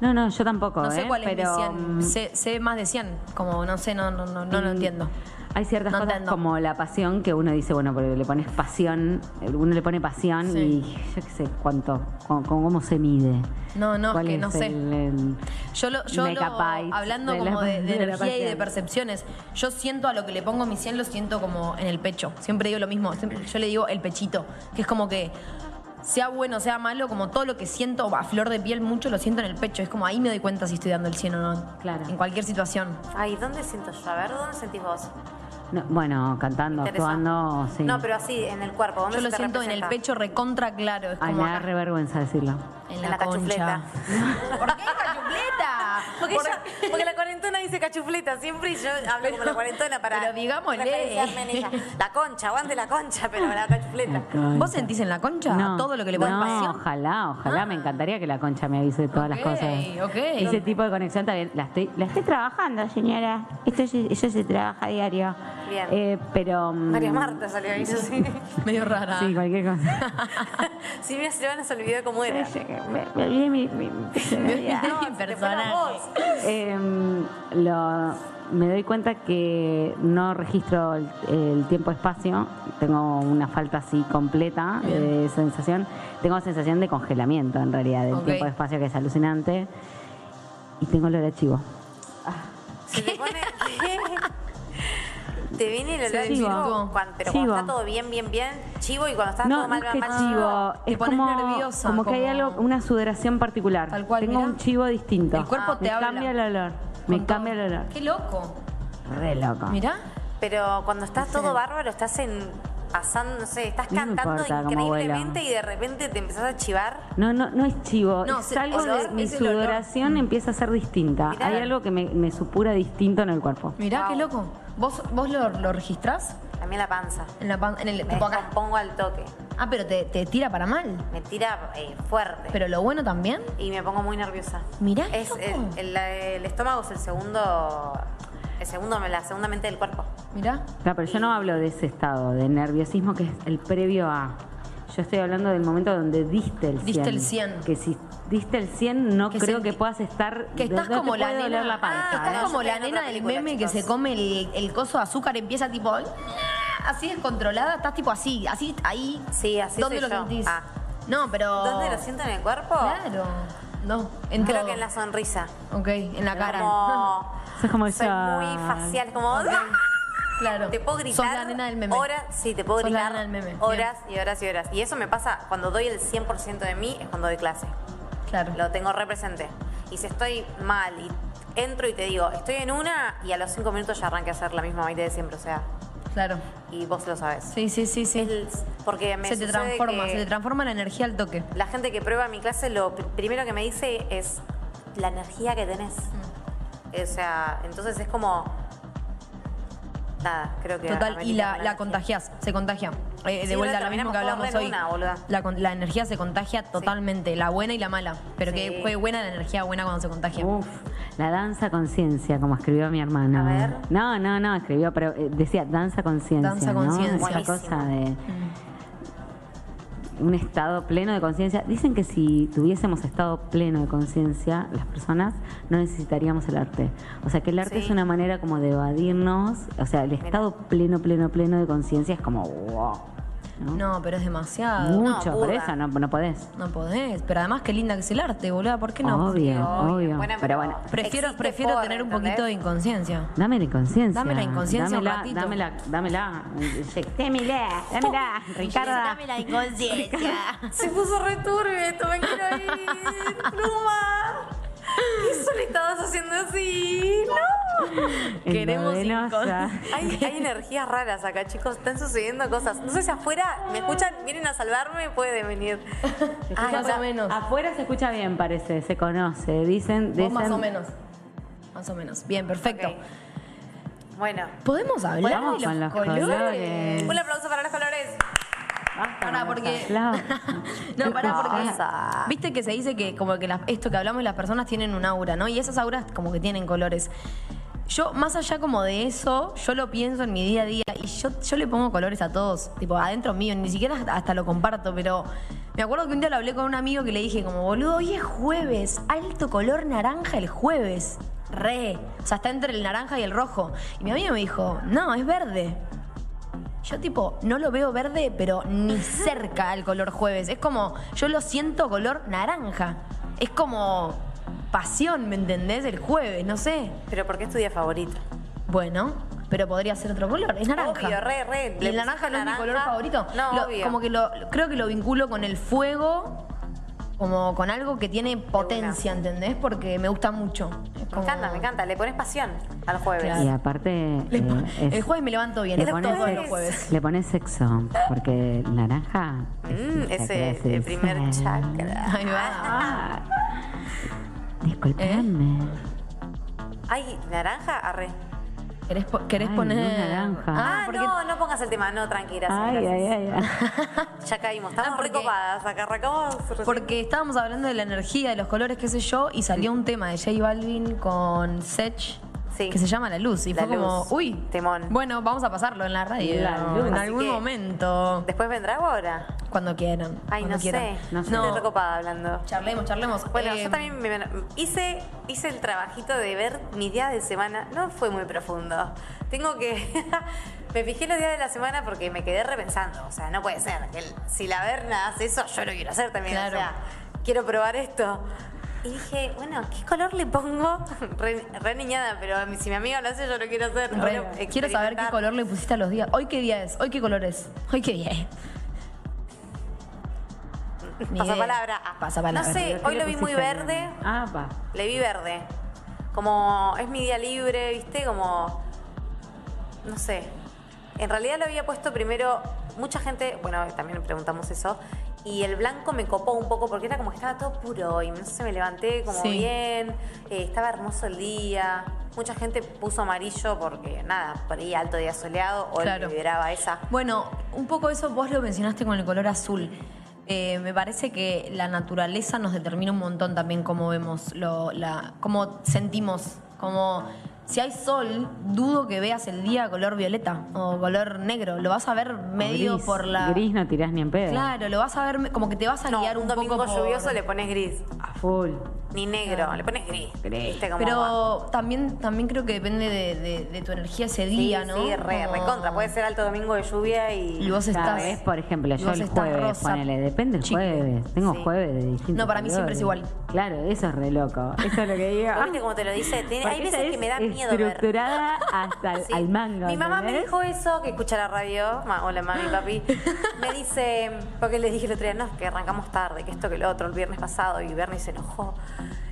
Speaker 3: No, no, yo tampoco.
Speaker 1: No sé
Speaker 3: ¿eh?
Speaker 1: cuál es
Speaker 3: Pero, mm,
Speaker 1: mi 100. Sé, sé más de 100. Como, no sé, no, no, no, no lo
Speaker 3: Mm.
Speaker 1: entiendo.
Speaker 3: Hay ciertas
Speaker 1: No
Speaker 3: cosas
Speaker 1: entiendo.
Speaker 3: como la pasión que uno dice, bueno, porque le pones pasión, uno le pone pasión
Speaker 1: Sí.
Speaker 3: y yo qué sé cuánto, cómo, cómo se mide.
Speaker 1: No, no, es
Speaker 3: ¿Cuál
Speaker 1: que no sé.
Speaker 3: el- el-
Speaker 1: Yo lo, yo lo-
Speaker 3: Megabytes
Speaker 1: hablando
Speaker 3: de la-
Speaker 1: como de, de
Speaker 3: de la
Speaker 1: energía y de
Speaker 3: pasión.
Speaker 1: percepciones, yo siento a lo que le pongo mi 100, lo siento como en el pecho. Siempre digo lo mismo, siempre- yo le digo el pechito, que es como que sea bueno, sea malo, como todo lo que siento a flor de piel mucho lo siento en el pecho. Es como ahí me doy cuenta si estoy dando el 100 o no.
Speaker 3: Claro.
Speaker 1: En cualquier situación.
Speaker 2: Ay, ¿dónde siento yo? A ver, ¿dónde sentís vos?
Speaker 3: no, bueno, cantando,
Speaker 2: ¿Te interesa?
Speaker 3: actuando, sí.
Speaker 2: No, pero así, en el cuerpo. ¿dónde
Speaker 1: Yo lo
Speaker 2: se te
Speaker 1: siento en el
Speaker 2: representa?
Speaker 1: pecho recontra claro. Es
Speaker 3: Ay,
Speaker 1: como
Speaker 3: me da
Speaker 1: acá,
Speaker 3: re vergüenza decirlo.
Speaker 1: en
Speaker 2: en
Speaker 1: la,
Speaker 2: la
Speaker 1: concha.
Speaker 2: cachufleta. <laughs>
Speaker 1: ¿Por qué cachufleta?
Speaker 2: Porque,
Speaker 1: Por-
Speaker 2: ella- <laughs> porque la cuarentona dice cachufleta siempre y yo hablo como la cuarentona para.
Speaker 1: pero digámosle.
Speaker 2: referenciarme en ella. La concha, aguante la concha, pero la cachufleta.
Speaker 1: ¿Vos sentís en la concha
Speaker 3: No.
Speaker 1: todo lo que le
Speaker 3: no,
Speaker 1: pones pasión? Ah.
Speaker 3: Ojalá, ojalá, me encantaría que la concha me avise de todas
Speaker 1: Ok,
Speaker 3: las cosas.
Speaker 1: ok.
Speaker 3: Ese tipo de conexión también la estoy, la estoy trabajando, señora. Esto se- eso se trabaja a diario.
Speaker 2: Bien.
Speaker 3: Eh, pero. mm,
Speaker 2: María Marta salió ahí.
Speaker 3: <laughs>
Speaker 2: Sí,
Speaker 1: Medio rara.
Speaker 3: Sí, cualquier cosa.
Speaker 1: <laughs>
Speaker 3: <laughs>
Speaker 2: sí mira, Silvana se olvidó cómo era.
Speaker 3: Yo que me- me olvidé mi- mi- mi personalidad.
Speaker 2: No,
Speaker 1: Mi
Speaker 2: se te fue la
Speaker 1: personaje.
Speaker 2: voz.
Speaker 3: Em, lo- me doy cuenta que no registro el, tiempo-espacio, tengo una falta así completa de sensación, tengo sensación de congelamiento en realidad del
Speaker 1: Ok.
Speaker 3: tiempo-espacio que es alucinante y tengo olor a chivo.
Speaker 2: Se te pone. <laughs> Te viene el
Speaker 1: Se
Speaker 2: olor de
Speaker 3: chivo.
Speaker 2: chivo, cuan- pero cuando
Speaker 3: Chivo.
Speaker 2: está todo bien, bien, bien, chivo, y cuando está todo mal,
Speaker 3: es
Speaker 2: mal,
Speaker 3: que
Speaker 2: mal,
Speaker 3: chivo,
Speaker 1: Te
Speaker 3: es
Speaker 1: pones
Speaker 3: como,
Speaker 1: nerviosa,
Speaker 3: como que hay
Speaker 1: como-
Speaker 3: algo, una sudoración particular.
Speaker 1: Tal cual,
Speaker 3: tengo
Speaker 1: mirá.
Speaker 3: un chivo distinto. Ah,
Speaker 1: El cuerpo te
Speaker 3: me
Speaker 1: habla.
Speaker 3: cambia el olor, me
Speaker 1: Con
Speaker 3: cambia
Speaker 1: todo.
Speaker 3: el Ah. olor.
Speaker 1: Qué loco.
Speaker 3: Re loco.
Speaker 1: Mirá.
Speaker 2: Pero cuando estás todo bárbaro, estás en pasando, no sé, estás
Speaker 3: No me
Speaker 2: cantando
Speaker 3: importa cómo
Speaker 2: increíblemente
Speaker 3: vuela.
Speaker 2: y de repente te empezás a chivar.
Speaker 3: No, no, no es chivo.
Speaker 1: No,
Speaker 3: es
Speaker 1: se-
Speaker 3: algo
Speaker 1: o sea,
Speaker 3: de mi
Speaker 1: es el olor.
Speaker 3: sudoración empieza a ser distinta.
Speaker 2: Mirá.
Speaker 3: Hay algo que me, me supura distinto en el cuerpo.
Speaker 1: Mirá,
Speaker 2: Wow.
Speaker 1: qué loco. ¿Vos, vos lo, lo registrás?
Speaker 2: A mí la panza.
Speaker 1: En, la pan- en el
Speaker 2: Me
Speaker 1: tipo acá.
Speaker 2: descompongo al toque.
Speaker 1: Ah, pero te, te tira para mal.
Speaker 2: Me tira eh, fuerte.
Speaker 1: Pero lo bueno también.
Speaker 2: y me pongo muy nerviosa.
Speaker 1: Mirá, qué
Speaker 2: Es
Speaker 1: loco.
Speaker 2: el, el- la- el estómago es el segundo, el segundo, la segunda mente del cuerpo.
Speaker 1: Mirá.
Speaker 3: No, pero yo no hablo de ese estado de nerviosismo que es el previo a. Yo estoy hablando del momento donde diste el 100.
Speaker 1: Diste el 100.
Speaker 3: Que si diste el 100, no
Speaker 1: Que
Speaker 3: creo
Speaker 1: sentí-
Speaker 3: que puedas estar.
Speaker 1: Que
Speaker 3: no-
Speaker 1: estás
Speaker 3: no te
Speaker 1: como la
Speaker 3: puede
Speaker 1: nena.
Speaker 3: doler la panza.
Speaker 1: estás
Speaker 2: Ah, no,
Speaker 3: ¿eh?
Speaker 1: como
Speaker 2: yo estoy
Speaker 1: la
Speaker 2: en
Speaker 1: nena
Speaker 2: otra
Speaker 1: del
Speaker 2: película,
Speaker 1: meme que
Speaker 2: chicos.
Speaker 1: se come el, el coso de azúcar y empieza tipo. Así descontrolada. Estás tipo así, así, ahí.
Speaker 2: Sí, así
Speaker 1: ¿Dónde
Speaker 2: soy
Speaker 1: lo
Speaker 2: yo.
Speaker 1: sentís?
Speaker 2: Ah.
Speaker 1: No, pero.
Speaker 2: ¿Dónde lo siento en el cuerpo?
Speaker 1: Claro. No. En
Speaker 2: Creo
Speaker 1: todo.
Speaker 2: que en la sonrisa.
Speaker 1: Ok, en la cara. <laughs>
Speaker 2: Como,
Speaker 3: Sos como
Speaker 2: soy
Speaker 3: esa-
Speaker 2: muy facial, es como ¡Ah!
Speaker 1: Claro.
Speaker 2: te puedo
Speaker 1: Sos
Speaker 2: gritar.
Speaker 1: la nena del meme.
Speaker 2: Horas, sí, te puedo
Speaker 1: Sos la
Speaker 2: gritar
Speaker 1: nena del meme. Bien.
Speaker 2: horas y horas y horas. Y eso me pasa cuando doy el 100% de mí, es cuando doy clase.
Speaker 1: Claro.
Speaker 2: Lo tengo represente. Y si estoy mal y entro y te digo, estoy en una y a los cinco minutos ya arranqué a hacer la misma baile de siempre, o sea,
Speaker 1: Claro.
Speaker 2: y vos lo sabés.
Speaker 1: Sí, sí, sí, sí.
Speaker 2: El- porque me
Speaker 1: se te
Speaker 2: sucede
Speaker 1: transforma,
Speaker 2: que
Speaker 1: se te transforma la energía al toque.
Speaker 2: La gente que prueba mi clase, lo pr- primero que me
Speaker 1: Mm.
Speaker 2: dice es la energía que tenés. O sea, entonces es como, nada, creo que.
Speaker 1: Total, y la,
Speaker 2: americana
Speaker 1: la contagias, se contagia. Eh, de
Speaker 2: Sí,
Speaker 1: vuelta,
Speaker 2: ahora
Speaker 1: lo mismo
Speaker 2: terminamos
Speaker 1: que
Speaker 2: todos
Speaker 1: hablamos
Speaker 2: re
Speaker 1: hoy.
Speaker 2: luna, boluda.
Speaker 1: la, con- la energía se contagia totalmente, la buena y la mala. Pero que
Speaker 2: Sí.
Speaker 1: fue buena la energía buena cuando se contagia.
Speaker 3: Uf, la danza conciencia, como escribió mi hermana.
Speaker 2: A ver.
Speaker 3: No, no, no, escribió, pero eh, decía danza conciencia.
Speaker 1: Danza
Speaker 3: ¿no?
Speaker 1: conciencia.
Speaker 3: Esa cosa de
Speaker 2: Buenísimo.
Speaker 3: un estado pleno de conciencia. Dicen que si tuviésemos estado pleno de conciencia, las personas no necesitaríamos el arte. O sea, que el arte
Speaker 2: Sí.
Speaker 3: es una manera como de evadirnos. O sea, el estado pleno, pleno, pleno de conciencia es como wow. ¿no?
Speaker 1: No, pero es demasiado. No.
Speaker 3: Mucho,
Speaker 2: No,
Speaker 3: por
Speaker 2: Buda.
Speaker 3: eso no, no podés.
Speaker 1: podés. Pero además, qué linda que es el arte, boluda. ¿Por qué no?
Speaker 3: obvio,
Speaker 2: Obvio,
Speaker 3: obvio.
Speaker 2: buena,
Speaker 3: pero
Speaker 2: pero-
Speaker 3: bueno,
Speaker 1: Prefiero,
Speaker 2: Existe
Speaker 1: prefiero
Speaker 2: por,
Speaker 1: tener un
Speaker 2: ¿entendés?
Speaker 1: poquito de inconsciencia.
Speaker 3: Dame la inconsciencia.
Speaker 1: Dame la inconsciencia un
Speaker 3: Dámela,
Speaker 1: ratito.
Speaker 3: dámela, dámela. Inyectémela,
Speaker 1: <laughs>
Speaker 3: dámela, Ricarda.
Speaker 1: la inconsciencia.
Speaker 2: Se puso re turbio esto, me quiero ir. Pluma. ¿Qué solo estabas haciendo así? No.
Speaker 1: Queremos
Speaker 3: Endovenosa.
Speaker 1: <laughs>
Speaker 2: Hay, hay energías raras acá, chicos. Están sucediendo cosas. No sé si afuera me escuchan, vienen a salvarme, pueden venir.
Speaker 1: escucha
Speaker 2: Ay,
Speaker 1: más
Speaker 2: ya-
Speaker 1: o menos.
Speaker 3: Afuera se escucha bien, parece, se conoce. Dicen,
Speaker 1: Vos
Speaker 3: dicen
Speaker 1: más o menos. Más o menos. Bien, perfecto.
Speaker 2: Ok. Bueno,
Speaker 1: ¿Podemos hablar
Speaker 3: Vamos
Speaker 1: de los,
Speaker 3: con los
Speaker 1: colores?
Speaker 3: colores.
Speaker 2: un aplauso para los colores.
Speaker 3: Basta,
Speaker 1: Pará, porque-
Speaker 3: aplausos.
Speaker 1: <laughs> No, pará,
Speaker 2: pasa?
Speaker 1: porque viste que se dice que como que las- esto que hablamos las personas tienen un aura, ¿no? Y esas auras como que tienen colores. Yo, más allá como de eso, yo lo pienso en mi día a día y yo, yo le pongo colores a todos, tipo, adentro mío, ni siquiera hasta lo comparto, pero me acuerdo que un día lo hablé con un amigo que le dije como, boludo, hoy es jueves, alto color naranja el jueves, re, o sea, está entre el naranja y el rojo. Y mi amigo me dijo, no, es verde. Yo tipo, no lo veo verde, pero ni
Speaker 2: <laughs>
Speaker 1: cerca al color jueves. Es como, yo lo siento color naranja. Es como pasión, ¿me entendés? El jueves, no sé.
Speaker 2: Pero ¿por qué es tu día favorito?
Speaker 1: Bueno, pero podría ser otro color. Es naranja.
Speaker 2: Obvio, re, re.
Speaker 1: ¿Y
Speaker 2: Le
Speaker 1: el naranja
Speaker 2: pusiste
Speaker 1: no es mi
Speaker 2: naranja.
Speaker 1: color favorito?
Speaker 2: No,
Speaker 1: Lo-
Speaker 2: obvio.
Speaker 1: Como que lo, creo que lo vinculo con el fuego, como con algo que tiene potencia, ¿entendés? Porque me gusta mucho. Es
Speaker 2: Me
Speaker 1: como-
Speaker 2: encanta, me encanta. Le pones pasión al jueves.
Speaker 1: Oh. Claro.
Speaker 3: Y aparte,
Speaker 1: Le po-
Speaker 3: eh, es-
Speaker 1: el jueves me levanto bien.
Speaker 3: le
Speaker 1: es
Speaker 3: pones,
Speaker 1: todo el
Speaker 2: jueves.
Speaker 3: <laughs>
Speaker 1: jueves.
Speaker 3: le pones sexo, porque naranja
Speaker 2: Mm,
Speaker 3: el chakra
Speaker 2: ese el primer
Speaker 3: sexual.
Speaker 2: chakra.
Speaker 1: Ahí va.
Speaker 3: Ah.
Speaker 1: ¿Eh?
Speaker 3: Disculpadme.
Speaker 2: Ay, naranja, arre.
Speaker 1: ¿Querés, po- querés
Speaker 3: Ay,
Speaker 1: poner.
Speaker 3: no, naranja.
Speaker 2: Ah,
Speaker 1: Ah, porque
Speaker 2: no, no pongas el tema, no, tranquila. sí,
Speaker 3: Ay,
Speaker 2: gracias.
Speaker 3: ay, ay, ay.
Speaker 2: Ya caímos, estamos
Speaker 1: Ah, porque-
Speaker 2: recopadas, acá arrancamos. recién.
Speaker 1: Porque estábamos hablando de la energía, de los colores, qué sé yo, y salió un tema de J Balvin con Sech.
Speaker 2: Sí.
Speaker 1: Que se llama La Luz. Y
Speaker 2: La
Speaker 1: fue como,
Speaker 2: Luz,
Speaker 1: uy.
Speaker 2: temón.
Speaker 1: Bueno, vamos a pasarlo en la radio.
Speaker 3: La Luz.
Speaker 1: En
Speaker 2: Así
Speaker 1: algún
Speaker 2: que-
Speaker 1: momento.
Speaker 2: ¿Después vendrá ahora?
Speaker 1: Cuando quieran.
Speaker 2: Ay,
Speaker 1: cuando
Speaker 2: no
Speaker 1: quieran.
Speaker 2: sé.
Speaker 3: No sé.
Speaker 2: Estoy recopada hablando.
Speaker 1: Charlemos, charlemos.
Speaker 2: Bueno,
Speaker 1: Eh,
Speaker 2: yo también me- me- hice, hice el trabajito de ver mi día de semana. No fue muy profundo. Tengo que. <laughs> me fijé los días de la semana porque me quedé repensando. O sea, no puede ser. que el- si la Berna hace eso, yo lo quiero hacer también.
Speaker 1: Claro.
Speaker 2: O sea, quiero probar esto. Y dije, bueno, ¿qué color le pongo? <laughs> Re, re niñada, pero si mi amiga lo hace, yo lo quiero hacer.
Speaker 1: re-
Speaker 2: Bueno,
Speaker 1: quiero saber qué
Speaker 2: experimentar.
Speaker 1: color le pusiste a los días. Hoy qué día es, hoy qué color es, hoy qué día es. Ni idea.
Speaker 2: Pasapalabra. Ah,
Speaker 1: Pasapalabra.
Speaker 2: No sé, hoy lo vi muy verde.
Speaker 3: Ah, pa.
Speaker 2: Le vi verde. Como es mi día libre, ¿viste? Como. No sé. En realidad lo había puesto primero. Mucha gente. Bueno, también preguntamos eso. Y el blanco me copó un poco porque era como que estaba todo puro y no sé, me levanté como
Speaker 1: Sí.
Speaker 2: bien, eh, estaba hermoso el día. Mucha gente puso amarillo porque nada, por ahí alto día soleado o
Speaker 1: Claro.
Speaker 2: le liberaba esa.
Speaker 1: Bueno, un poco eso vos lo mencionaste con el color azul. Eh, me parece que la naturaleza nos determina un montón también cómo vemos, lo, la, cómo sentimos, como si hay sol, dudo que veas el día color violeta o color negro, lo vas a ver medio
Speaker 3: Gris.
Speaker 1: por la...
Speaker 3: Gris no tirás ni en pedo.
Speaker 1: Claro, lo vas a ver, me- como que te vas a
Speaker 2: No,
Speaker 1: guiar
Speaker 2: un,
Speaker 1: un,
Speaker 2: domingo
Speaker 1: poco por-
Speaker 2: lluvioso le pones gris.
Speaker 3: A full.
Speaker 2: Ni negro, le pones gris.
Speaker 3: Gris.
Speaker 2: ¿Viste cómo va?
Speaker 1: Pero también, también creo que depende de, de- de tu energía ese
Speaker 2: Sí,
Speaker 1: día, ¿no?
Speaker 2: Sí, re,
Speaker 1: Como-
Speaker 2: re contra. Puede ser alto domingo de lluvia y.
Speaker 1: Y vos
Speaker 3: Claro,
Speaker 1: estás...
Speaker 3: es, por ejemplo,
Speaker 1: y
Speaker 3: yo
Speaker 1: vos
Speaker 3: el
Speaker 1: estás
Speaker 3: jueves,
Speaker 1: rosa,
Speaker 3: ponele, depende el
Speaker 1: chicle.
Speaker 3: jueves. Tengo
Speaker 2: Sí.
Speaker 3: jueves de distintos
Speaker 1: No, para mí siempre es
Speaker 3: colores.
Speaker 1: igual.
Speaker 3: Claro, eso es
Speaker 1: <laughs>
Speaker 3: re loco. Eso es lo que digo.
Speaker 2: Pero Ah, ¿Viste cómo te lo dice? Tiene-
Speaker 3: Porque
Speaker 2: hay veces
Speaker 3: esa es
Speaker 2: que me da miedo ver.
Speaker 1: <laughs>
Speaker 3: estructurada hasta el
Speaker 2: Sí.
Speaker 3: al mango.
Speaker 2: Mi mamá me
Speaker 3: ¿entendés?
Speaker 2: dijo eso, que escucha la radio. Ma- hola, mami,
Speaker 1: <laughs>
Speaker 2: papi. Me dice, porque le dije el otro día, no, es que arrancamos tarde, que esto, que lo otro, el viernes pasado, y Bernie se enojó.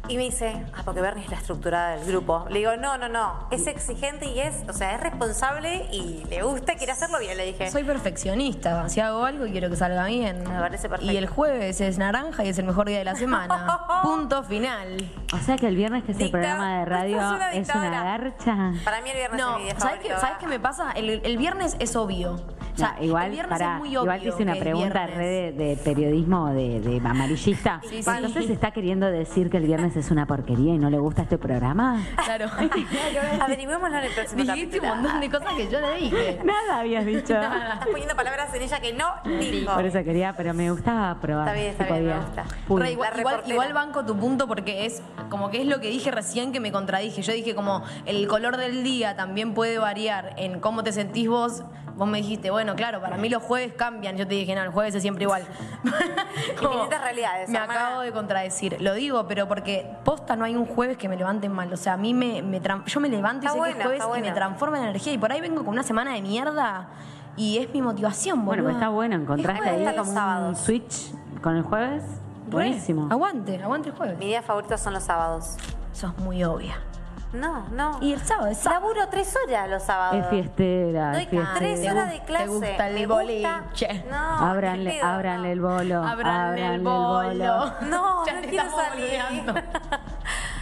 Speaker 2: Y me dice, ah, porque Bernie es la estructurada del grupo. Le digo, no, no, no, es exigente y es, o sea, es responsable y le gusta, quiere hacerlo bien, le dije.
Speaker 1: Soy perfeccionista. Si hago algo, quiero que salga bien.
Speaker 2: Me parece perfecto.
Speaker 1: Y el jueves es naranja y es el mejor día de la <laughs> semana. Punto final.
Speaker 3: O sea que el viernes que es el
Speaker 2: Dicta-
Speaker 3: programa de radio
Speaker 2: Sos una
Speaker 3: es una
Speaker 2: dictadora.
Speaker 3: garcha.
Speaker 2: Para mí el viernes
Speaker 1: No,
Speaker 2: es mi día
Speaker 1: ¿sabes qué,
Speaker 2: favorito.
Speaker 1: ¿sabes qué me pasa? El, el viernes es obvio. O sea,
Speaker 3: No, igual,
Speaker 1: el viernes
Speaker 3: pará,
Speaker 1: es muy obvio.
Speaker 3: igual te hice una
Speaker 1: que es
Speaker 3: pregunta
Speaker 1: viernes.
Speaker 3: re de, de periodismo de, de amarillista.
Speaker 1: Sí, sí.
Speaker 3: Entonces está queriendo decir que el viernes es una porquería y no le gusta este programa.
Speaker 1: Claro.
Speaker 2: <laughs> Averigüémoslo en el
Speaker 1: <laughs>
Speaker 2: próximo
Speaker 1: Dijiste un
Speaker 2: capítulo.
Speaker 1: montón de cosas que yo le dije.
Speaker 3: Nada habías
Speaker 2: <laughs>
Speaker 3: dicho.
Speaker 2: Estás poniendo palabras en ella que no dijo.
Speaker 3: Por eso quería, pero me gustaba probar.
Speaker 2: Está bien,
Speaker 3: si
Speaker 2: está bien, me
Speaker 3: podía.
Speaker 2: gusta.
Speaker 3: Pude.
Speaker 1: Re, igual,
Speaker 2: La
Speaker 1: igual-
Speaker 2: reportera.
Speaker 1: igual banco tu punto porque es como que es lo que dije recién que me contradije. Yo dije como el color del día también puede variar en cómo te sentís vos. Vos me dijiste, bueno, claro, para mí los jueves cambian. Yo te dije, no, el jueves es siempre
Speaker 2: <laughs>
Speaker 1: igual.
Speaker 2: Infinitas realidades,
Speaker 1: Me
Speaker 2: hermana.
Speaker 1: acabo de contradecir. Lo digo, pero porque posta no hay un jueves que me levanten mal. O sea, a mí me, me tran- yo me levanto y
Speaker 2: Está
Speaker 1: sé que
Speaker 2: bueno,
Speaker 1: es jueves
Speaker 2: está
Speaker 1: y me
Speaker 2: bueno.
Speaker 1: transforma en energía. Y por ahí vengo con una semana de mierda y es mi motivación,
Speaker 3: Bueno,
Speaker 1: boluda.
Speaker 3: pero está bueno, encontraste
Speaker 2: Es
Speaker 3: ahí
Speaker 2: jueves,
Speaker 3: como un
Speaker 2: sábados.
Speaker 3: switch con el jueves.
Speaker 1: Re.
Speaker 3: Buenísimo.
Speaker 1: Aguante, aguante el jueves.
Speaker 2: Mi día favorito son los sábados.
Speaker 1: Sos muy obvia.
Speaker 2: No, no.
Speaker 1: Y el sábado es sábado.
Speaker 2: Laburo tres horas los sábados.
Speaker 3: Es fiestera.
Speaker 2: Doy
Speaker 3: es fiestera.
Speaker 2: tres
Speaker 1: Te
Speaker 2: horas
Speaker 1: gu-
Speaker 2: de
Speaker 1: te
Speaker 2: clase.
Speaker 1: gusta el
Speaker 2: Me
Speaker 1: boliche.
Speaker 2: No,
Speaker 3: Ábranle,
Speaker 2: ni pedo,
Speaker 3: ábranle
Speaker 2: no.
Speaker 3: el bolo.
Speaker 1: Abranle el bolo. <laughs>
Speaker 2: No,
Speaker 1: Ya
Speaker 2: no
Speaker 1: te
Speaker 2: quiero
Speaker 1: estamos
Speaker 2: salir.
Speaker 1: boludeando.
Speaker 2: <laughs>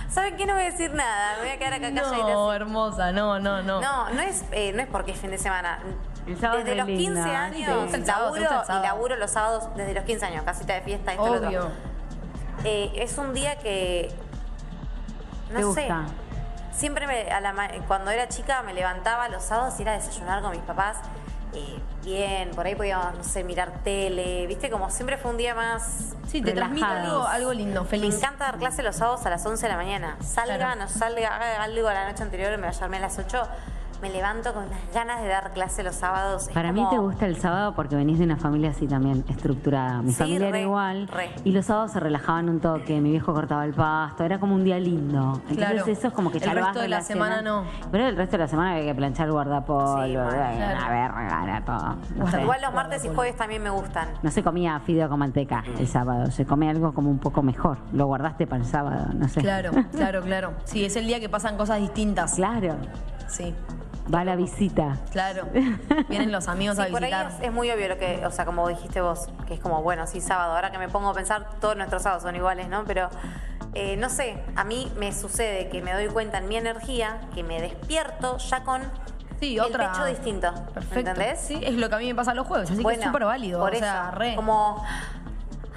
Speaker 2: ¿Saben qué? No voy a decir nada. Me voy a quedar acá calladita.
Speaker 1: No, hermosa, no, no, no.
Speaker 2: No, no es, eh, no es porque es fin de semana.
Speaker 3: El sábado
Speaker 2: Desde
Speaker 3: es
Speaker 2: los
Speaker 3: re
Speaker 2: 15
Speaker 3: lindo, ¿eh?
Speaker 1: Sí, te
Speaker 2: años
Speaker 1: gusta el sábado, te
Speaker 2: laburo
Speaker 1: gusta el
Speaker 2: y
Speaker 1: sábado.
Speaker 2: laburo los sábados desde los 15 años, casita de fiesta, esto lo
Speaker 1: Obvio.
Speaker 2: otro. Eh, es un día que no
Speaker 3: ¿Te
Speaker 2: sé.
Speaker 3: gusta?
Speaker 2: Siempre me- a la ma- cuando era chica me levantaba los sábados y era a desayunar con mis papás. eh, bien, por ahí podíamos, no sé, mirar tele. Viste, como siempre fue un día más.
Speaker 1: Sí, te transmite
Speaker 3: Relajados.
Speaker 1: algo, algo lindo,
Speaker 2: Me
Speaker 1: feliz.
Speaker 2: encanta dar clase los sábados a las 11 de la mañana. Salga,
Speaker 1: Claro.
Speaker 2: no salga, haga algo la noche anterior, me vaya a dormir a las 8. Me levanto con las ganas de dar clase los sábados. Es
Speaker 3: Para
Speaker 2: como-
Speaker 3: mí te gusta el sábado porque venís de una familia así también, estructurada. Mi
Speaker 2: Sí,
Speaker 3: familia era
Speaker 2: re,
Speaker 3: igual.
Speaker 2: re.
Speaker 3: Y los sábados se relajaban un toque, mi viejo cortaba el pasto, era como un día lindo. Entonces
Speaker 1: Claro.
Speaker 3: eso es como que ya
Speaker 1: El
Speaker 3: lo vas
Speaker 1: resto de la semana
Speaker 3: relacionando. Pero el resto de la semana había que planchar guardapolvo,
Speaker 2: Sí, bueno,
Speaker 3: era una
Speaker 1: claro.
Speaker 3: verga, era todo. No sé.
Speaker 2: Igual los martes y jueves también me gustan.
Speaker 3: No se comía fideo con manteca el sábado, se come algo como un poco mejor. Lo guardaste para el sábado, no sé.
Speaker 1: Claro, claro, claro. Sí, es el día que pasan cosas distintas.
Speaker 3: <laughs> Claro.
Speaker 1: Sí,
Speaker 3: Va la visita.
Speaker 1: claro. <laughs> Vienen los amigos a
Speaker 2: Sí, por ahí
Speaker 1: visitar.
Speaker 2: es, es muy obvio lo que, o sea, como dijiste vos, que es como, bueno, sí, sábado. Ahora que me pongo a pensar, todos nuestros sábados son iguales, ¿no? Pero, eh, no sé, a mí me sucede que me doy cuenta en mi energía, que me despierto ya con
Speaker 1: Sí,
Speaker 2: el
Speaker 1: otra.
Speaker 2: pecho distinto.
Speaker 1: Perfecto.
Speaker 2: ¿Entendés?
Speaker 1: Sí, es lo que a mí me pasa los jueves, así
Speaker 2: Bueno,
Speaker 1: que es súper válido.
Speaker 2: Por
Speaker 1: o sea,
Speaker 2: eso,
Speaker 1: re.
Speaker 2: Como,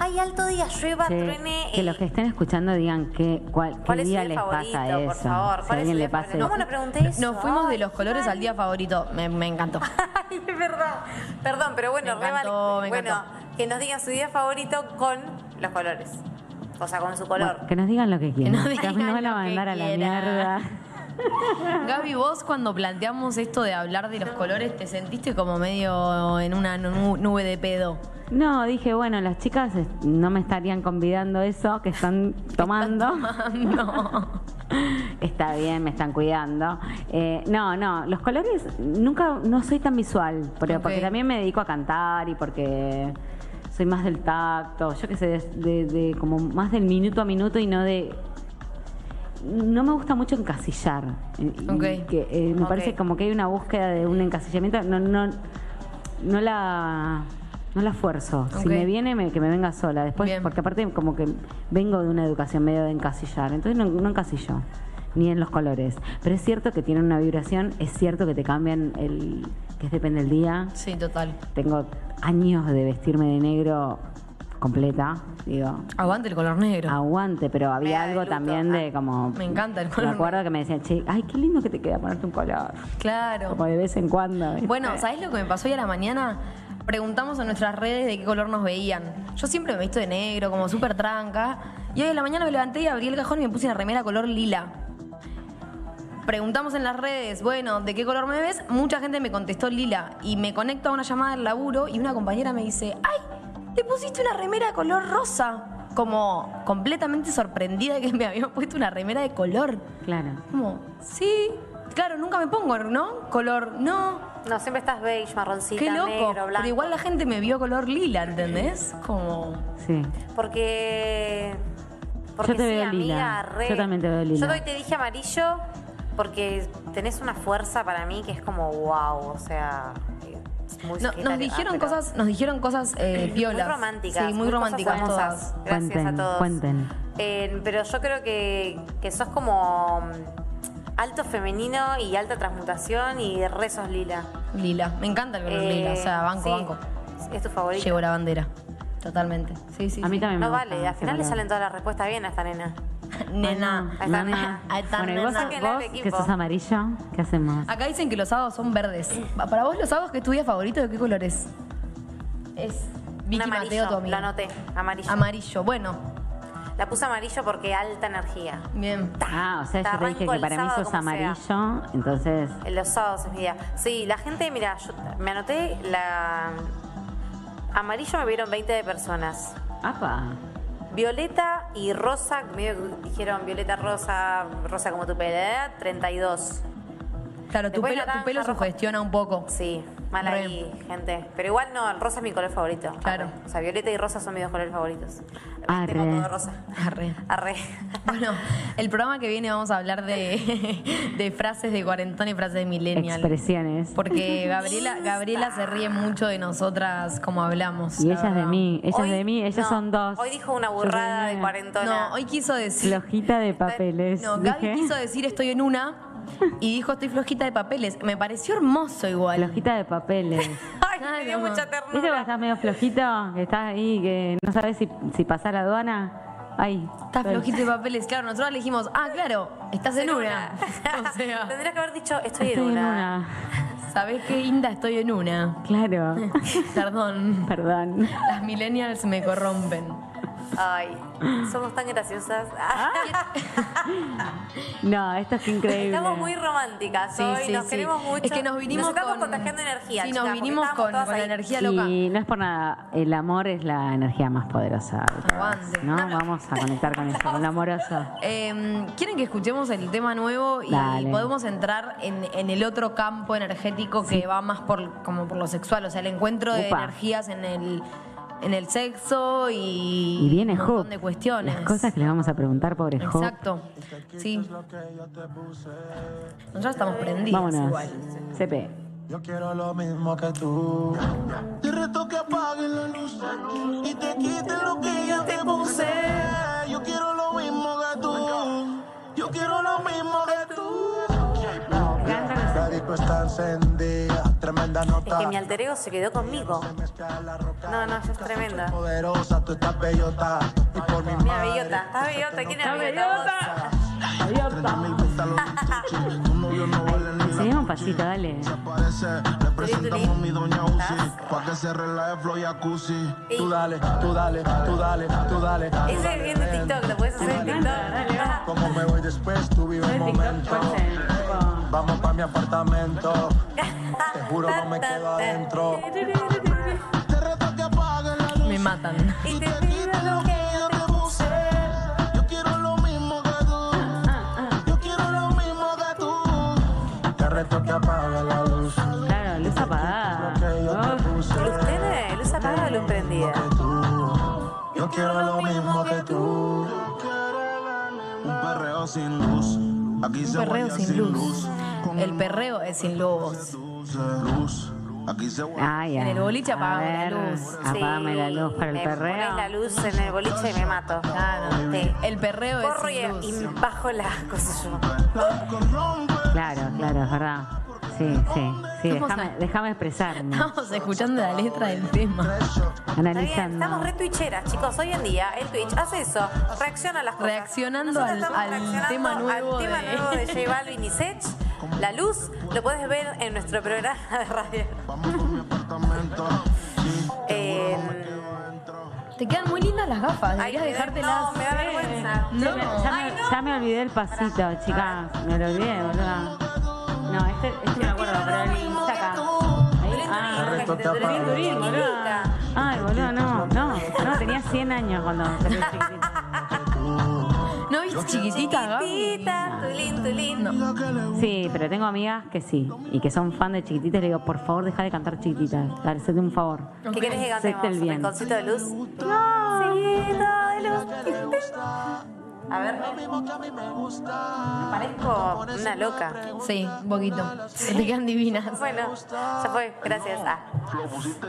Speaker 2: ay, alto día, llueva,
Speaker 3: Sí,
Speaker 2: truene.
Speaker 3: que
Speaker 2: eh,
Speaker 3: los que estén escuchando digan qué, cuál, qué
Speaker 2: ¿Cuál es su
Speaker 3: día
Speaker 2: día
Speaker 3: les
Speaker 2: favorito,
Speaker 3: pasa eso.
Speaker 2: por favor?
Speaker 3: Si a
Speaker 2: ¿Cuál es su
Speaker 3: alguien le
Speaker 2: día
Speaker 3: pasa
Speaker 2: favorito?
Speaker 3: eso.
Speaker 2: ¿Cómo no pregunté eso?
Speaker 1: Nos fuimos de los
Speaker 2: Ay,
Speaker 1: colores al día favorito. Me, me encantó.
Speaker 2: Ay, es verdad. Perdón, pero bueno,
Speaker 1: Me
Speaker 2: re vale-
Speaker 1: encantó, me
Speaker 2: bueno,
Speaker 1: encantó.
Speaker 2: que nos digan su día favorito con los colores. O sea, con su color.
Speaker 3: Bueno, que nos digan lo que quieran.
Speaker 1: nos
Speaker 3: Después
Speaker 1: digan
Speaker 3: nos van a
Speaker 1: lo que
Speaker 3: mandar a la
Speaker 1: quieran.
Speaker 3: mierda.
Speaker 1: Gaby, vos cuando planteamos esto de hablar de los colores, ¿te sentiste como medio en una nu- nube de pedo? <laughs>
Speaker 3: No, dije, bueno, las chicas eh, no me estarían convidando eso
Speaker 2: <laughs>
Speaker 3: que están tomando.
Speaker 1: No.
Speaker 3: <laughs> Está bien, me están cuidando. Eh, no, no, los colores nunca, no soy tan visual, pero
Speaker 1: Ok.
Speaker 3: porque también me dedico a cantar y porque soy más del tacto, yo qué sé, de, de- de como más del minuto a minuto y no de... No me gusta mucho encasillar. Y- y
Speaker 1: Ok.
Speaker 3: que, eh, me
Speaker 2: Ok.
Speaker 3: parece como que hay una búsqueda de un encasillamiento. No, no, no la... No la fuerzo. Si
Speaker 1: Ok.
Speaker 3: me viene, me- que me venga sola. Después,
Speaker 1: Bien.
Speaker 3: porque aparte como que vengo de una educación medio de encasillar, entonces no, no encasillo, ni en los colores. Pero es cierto que tienen una vibración, es cierto que te cambian el, que es depende del día.
Speaker 1: Sí, total.
Speaker 3: Tengo años de vestirme de negro completa, digo.
Speaker 1: Aguante el color negro.
Speaker 3: Aguante, pero había
Speaker 2: da de
Speaker 3: algo
Speaker 2: luto,
Speaker 3: también de
Speaker 2: ah.
Speaker 3: como.
Speaker 1: Me encanta el
Speaker 3: Me
Speaker 1: color
Speaker 3: acuerdo que me decían, che, ay, qué lindo que te queda ponerte un color.
Speaker 1: Claro.
Speaker 3: Como de vez en cuando. ¿viste? <laughs>
Speaker 1: Bueno, ¿sabés lo que me pasó hoy a la mañana? Preguntamos en nuestras redes de qué color nos veían. Yo siempre me he visto de negro, como súper tranca. Y hoy a la mañana me levanté y abrí el cajón y me puse una remera color lila. Preguntamos en las redes, bueno, ¿de qué color me ves? Mucha gente me contestó lila. Y me conecto a una llamada del laburo y una compañera me dice, ¡ay! Te pusiste una remera color rosa. Como completamente sorprendida de que me había puesto una remera de color.
Speaker 3: Claro.
Speaker 1: Como, sí, claro, nunca me pongo, ¿no? Color, no.
Speaker 2: No, siempre estás beige, marroncita,
Speaker 1: Qué loco.
Speaker 2: negro, blanco.
Speaker 1: Pero igual la gente me vio color lila, ¿entendés? Como.
Speaker 3: Sí.
Speaker 2: Porque Porque
Speaker 3: Yo te
Speaker 2: sí,
Speaker 3: veo
Speaker 2: amiga,
Speaker 3: lila.
Speaker 2: re.
Speaker 3: Yo también te veo lila.
Speaker 2: Yo hoy te dije amarillo porque tenés una fuerza para mí que es como wow, o sea, Pues es muy
Speaker 1: No,
Speaker 2: secretaria,
Speaker 1: nos dijeron
Speaker 2: pero
Speaker 1: cosas, nos dijeron cosas eh,
Speaker 2: muy
Speaker 1: piolas.
Speaker 2: románticas.
Speaker 1: Sí, muy,
Speaker 2: cosas
Speaker 1: románticas
Speaker 2: hermosas.
Speaker 1: todas.
Speaker 2: Gracias a
Speaker 3: Cuenten,
Speaker 2: todos.
Speaker 3: cuenten.
Speaker 2: Eh, pero yo creo que, que sos como mm, alto femenino y alta transmutación y re sos lila.
Speaker 1: Lila, me encanta el color
Speaker 2: Eh,
Speaker 1: lila, o sea, banco,
Speaker 2: sí,
Speaker 1: banco.
Speaker 2: Es tu favorito.
Speaker 1: Llevo la bandera, totalmente. Sí, sí.
Speaker 3: A mí
Speaker 1: sí.
Speaker 3: también
Speaker 2: No
Speaker 3: me gusta
Speaker 2: vale, al
Speaker 3: ese
Speaker 2: final le
Speaker 3: color.
Speaker 2: salen todas las respuestas bien a esta nena.
Speaker 1: <laughs> Nena.
Speaker 2: Ahí está, <laughs> nena.
Speaker 1: Ahí está,
Speaker 3: bueno, y vos,
Speaker 1: nena.
Speaker 2: Sáquenla
Speaker 3: vos
Speaker 2: del
Speaker 3: que
Speaker 2: equipo.
Speaker 3: sos amarillo, ¿qué hacemos?
Speaker 1: Acá dicen que los sábados son verdes. Ah, Para vos los sábados que es tu día favorito, ¿de qué color es? Es
Speaker 2: Un
Speaker 1: Vicky
Speaker 2: amarillo,
Speaker 1: Mateo, tu
Speaker 2: lo
Speaker 1: amiga.
Speaker 2: anoté, amarillo.
Speaker 1: Amarillo, bueno,
Speaker 2: la puse amarillo porque alta energía.
Speaker 1: bien.
Speaker 3: Ah, o sea,
Speaker 2: Te
Speaker 3: yo te dije
Speaker 2: arranco
Speaker 3: que
Speaker 2: el
Speaker 3: para mí
Speaker 2: sábado
Speaker 3: sos
Speaker 2: como sea.
Speaker 3: amarillo, entonces
Speaker 2: En Los sábados es mi día. Sí, la gente, mira, yo me anoté la. Amarillo me vieron 20 de personas.
Speaker 3: Apa.
Speaker 2: Violeta y rosa, me dijeron violeta, rosa, rosa como tu pelo, ¿eh? 32.
Speaker 1: Claro, tu
Speaker 2: Después
Speaker 1: pelo,
Speaker 2: naranja,
Speaker 1: tu pelo
Speaker 2: rojo.
Speaker 1: sugestiona un poco.
Speaker 2: Sí, mal
Speaker 1: Re.
Speaker 2: ahí, gente. Pero igual no, el rosa es mi color favorito.
Speaker 1: Claro.
Speaker 2: Arre. O sea, violeta y rosa son mis dos colores favoritos.
Speaker 3: Arre.
Speaker 2: Tengo todo rosa.
Speaker 1: Arre.
Speaker 2: <laughs> Arre.
Speaker 1: Bueno, el programa que viene vamos a hablar de, de <laughs> frases de cuarentón y frases de millennial.
Speaker 3: expresiones. <laughs>
Speaker 1: Porque Gabriela, Gabriela se ríe mucho de nosotras como hablamos.
Speaker 3: Y
Speaker 1: la
Speaker 3: ellas de
Speaker 1: verdad.
Speaker 3: mí, <laughs> ellas
Speaker 2: Hoy-
Speaker 3: de mí, ellas
Speaker 2: no,
Speaker 3: son dos.
Speaker 2: Hoy dijo una
Speaker 3: Yo
Speaker 2: burrada
Speaker 3: soy
Speaker 2: de
Speaker 3: una
Speaker 2: cuarentona.
Speaker 1: No, hoy quiso decir.
Speaker 3: Flojita de papeles.
Speaker 1: No, Gaby
Speaker 3: dije.
Speaker 1: quiso decir estoy en una y dijo estoy flojita de papeles. Me pareció hermoso igual.
Speaker 3: <laughs> Flojita de
Speaker 2: <laughs>
Speaker 3: papeles.
Speaker 2: <laughs> Ay, me
Speaker 1: Ay,
Speaker 2: dio
Speaker 1: no.
Speaker 2: mucha
Speaker 3: ¿Viste cuando
Speaker 2: ternura.
Speaker 3: estás medio flojito? Que estás ahí, que no sabes si, si pasar la aduana. Ay.
Speaker 1: Estás
Speaker 3: estoy-
Speaker 1: flojita de papeles. Claro, nosotros le dijimos, ah, claro, estás en una. <laughs> O
Speaker 2: <laughs>
Speaker 1: sea,
Speaker 2: Tendrías que haber dicho, estoy,
Speaker 3: Estoy
Speaker 2: en una.
Speaker 1: ¿sabés qué, Inda? Estoy en
Speaker 3: <laughs>
Speaker 1: una.
Speaker 3: Claro.
Speaker 1: <laughs> Perdón,
Speaker 3: Perdón.
Speaker 1: las millennials me corrompen.
Speaker 2: Ay, somos tan graciosas.
Speaker 1: Ah,
Speaker 3: No, esto es increíble.
Speaker 2: <laughs> Estamos muy románticas
Speaker 1: Sí,
Speaker 2: hoy,
Speaker 1: sí,
Speaker 2: nos
Speaker 1: sí.
Speaker 2: queremos mucho.
Speaker 1: Es que nos vinimos
Speaker 2: estamos
Speaker 1: con-
Speaker 2: contagiando energía.
Speaker 1: Sí,
Speaker 2: chicas,
Speaker 1: nos
Speaker 2: porque
Speaker 1: vinimos
Speaker 2: estábamos
Speaker 1: con,
Speaker 2: todas
Speaker 1: con
Speaker 2: ahí.
Speaker 1: la energía loca.
Speaker 3: Y no es por nada, el amor es la energía más poderosa. de todas,
Speaker 1: Aguante.
Speaker 3: ¿no? Vamos a conectar con eso, con lo amoroso.
Speaker 1: Eh, ¿Quieren que escuchemos el tema nuevo y
Speaker 3: Dale.
Speaker 1: podemos entrar en, en el otro campo energético que va más por, como por lo sexual? O sea, el encuentro de
Speaker 3: Upa.
Speaker 1: energías en el, en el sexo y,
Speaker 3: Y viene
Speaker 1: un montón
Speaker 3: Hope.
Speaker 1: de cuestiones.
Speaker 3: Las cosas que le vamos a preguntar, pobre Hope.
Speaker 1: Exacto. Sí. Nosotros estamos prendidos
Speaker 3: Vámonos.
Speaker 1: igual.
Speaker 3: CP.
Speaker 4: Yo quiero lo mismo que tú. Te reto que apaguen la luz y te quiten lo que ya te puse. Yo quiero lo mismo que tú. Yo quiero lo mismo que tú. La disco está encendida, tremenda
Speaker 2: Es
Speaker 4: nota.
Speaker 2: que mi alter ego se quedó conmigo.
Speaker 4: Se mezcla la roca.
Speaker 2: No, no, eso es tremenda.
Speaker 4: Poderosa, tú estás bellota. Y por mi
Speaker 2: Mira,
Speaker 4: madre,
Speaker 2: bellota. Estás bellota. ¿Quién es bellota?
Speaker 4: Treinta mil pétalos de chichi. Tu novio no vale ni la
Speaker 3: Seguimos un
Speaker 4: cuchi.
Speaker 3: pasito, dale.
Speaker 4: Se aparece, le presentamos a mi doña Uzi
Speaker 2: Ah.
Speaker 4: Pa' que se relaje flow y acusi
Speaker 2: Ey.
Speaker 4: Tú dale, tú dale, tú dale, tú dale tú
Speaker 2: Ese
Speaker 4: dale,
Speaker 2: es bien de
Speaker 4: ven.
Speaker 2: TikTok. Lo puedes hacer en TikTok.
Speaker 4: Como me voy después, tú vive un momento Vamos pa' mi apartamento Te juro no me quedo adentro Te reto que apaguen la luz
Speaker 1: Me matan.
Speaker 2: Y te
Speaker 4: quiten
Speaker 2: pido
Speaker 4: lo que yo te puse Yo quiero lo mismo que tú
Speaker 3: Ah,
Speaker 4: Yo quiero lo mismo que tú Te reto que apaguen la luz
Speaker 3: Claro, luz apagada. Oh,
Speaker 2: Ustedes, luz apagada, luz prendida.
Speaker 4: Yo quiero lo mismo que tú. Un perreo sin luz. Aquí
Speaker 1: Un
Speaker 4: se
Speaker 1: perreo
Speaker 4: huella
Speaker 1: sin luz.
Speaker 4: Con
Speaker 1: El perreo es sin luz.
Speaker 4: luz, luz. Aquí se huella.
Speaker 3: Ay,
Speaker 1: En
Speaker 3: ay.
Speaker 1: el boliche
Speaker 3: A
Speaker 1: apagamos la
Speaker 3: ver,
Speaker 1: luz.
Speaker 3: Apagame la luz para el
Speaker 2: me Pones la
Speaker 3: perreo.
Speaker 2: luz en el boliche y me mato.
Speaker 1: Claro.
Speaker 2: Sí.
Speaker 1: El perreo es
Speaker 2: Corro y,
Speaker 1: sin luz.
Speaker 2: y bajo las cosas yo.
Speaker 4: Blanco rompe.
Speaker 3: Claro, claro, es verdad. Sí, sí, sí.
Speaker 1: Estamos
Speaker 3: Déjame,
Speaker 1: a-
Speaker 3: déjame
Speaker 1: <laughs>
Speaker 3: expresarme.
Speaker 1: Estamos escuchando la letra del tema.
Speaker 4: Tres shots.
Speaker 2: Está bien, estamos
Speaker 3: Analizando.
Speaker 2: re twitcheras, chicos. Hoy en día el Twitch hace eso, reacciona a las cosas.
Speaker 1: Reaccionando
Speaker 2: Nosotros
Speaker 1: al-
Speaker 2: estamos
Speaker 1: al tema nuevo
Speaker 2: al tema
Speaker 1: de-
Speaker 2: nuevo de J Balvin y Sech. La luz lo puedes ver en nuestro programa de radio.
Speaker 4: Vamos por mi apartamento. Sí,
Speaker 2: Eh,
Speaker 1: Te quedan muy lindas las gafas.
Speaker 2: ay,
Speaker 1: Deberías
Speaker 2: me da-
Speaker 1: dejártelas.
Speaker 2: No, me da vergüenza.
Speaker 1: No.
Speaker 3: Ya me, ya me olvidé el pasito, chicas. Me lo olvidé, boluda. No, este, este me acuerdo, pero el link está acá. Ahí,
Speaker 4: Te
Speaker 3: ah.
Speaker 4: reto que apaguen la
Speaker 3: Turín,
Speaker 4: luz.
Speaker 3: boluda. Ay, boludo, no, no, no, tenía 100 años cuando te vi chiquitita.
Speaker 1: ¿No viste chiquitita, Gaby?
Speaker 2: Tita, tulín, tulín.
Speaker 1: No.
Speaker 3: Sí, pero tengo amigas que sí, y que son fan de chiquititas, y le digo, por favor, deja de cantar chiquititas, dale, hacete un favor.
Speaker 2: ¿Qué querés que
Speaker 3: Hacete el
Speaker 2: cantemos?
Speaker 3: bien.
Speaker 2: ¿Rinconcito de luz? No. de luz. A ver,
Speaker 4: Lo mismo que a mí me gusta.
Speaker 2: parezco una loca.
Speaker 1: Sí, un poquito. Se te quedan divinas.
Speaker 2: Bueno, ya fue, gracias. Ah.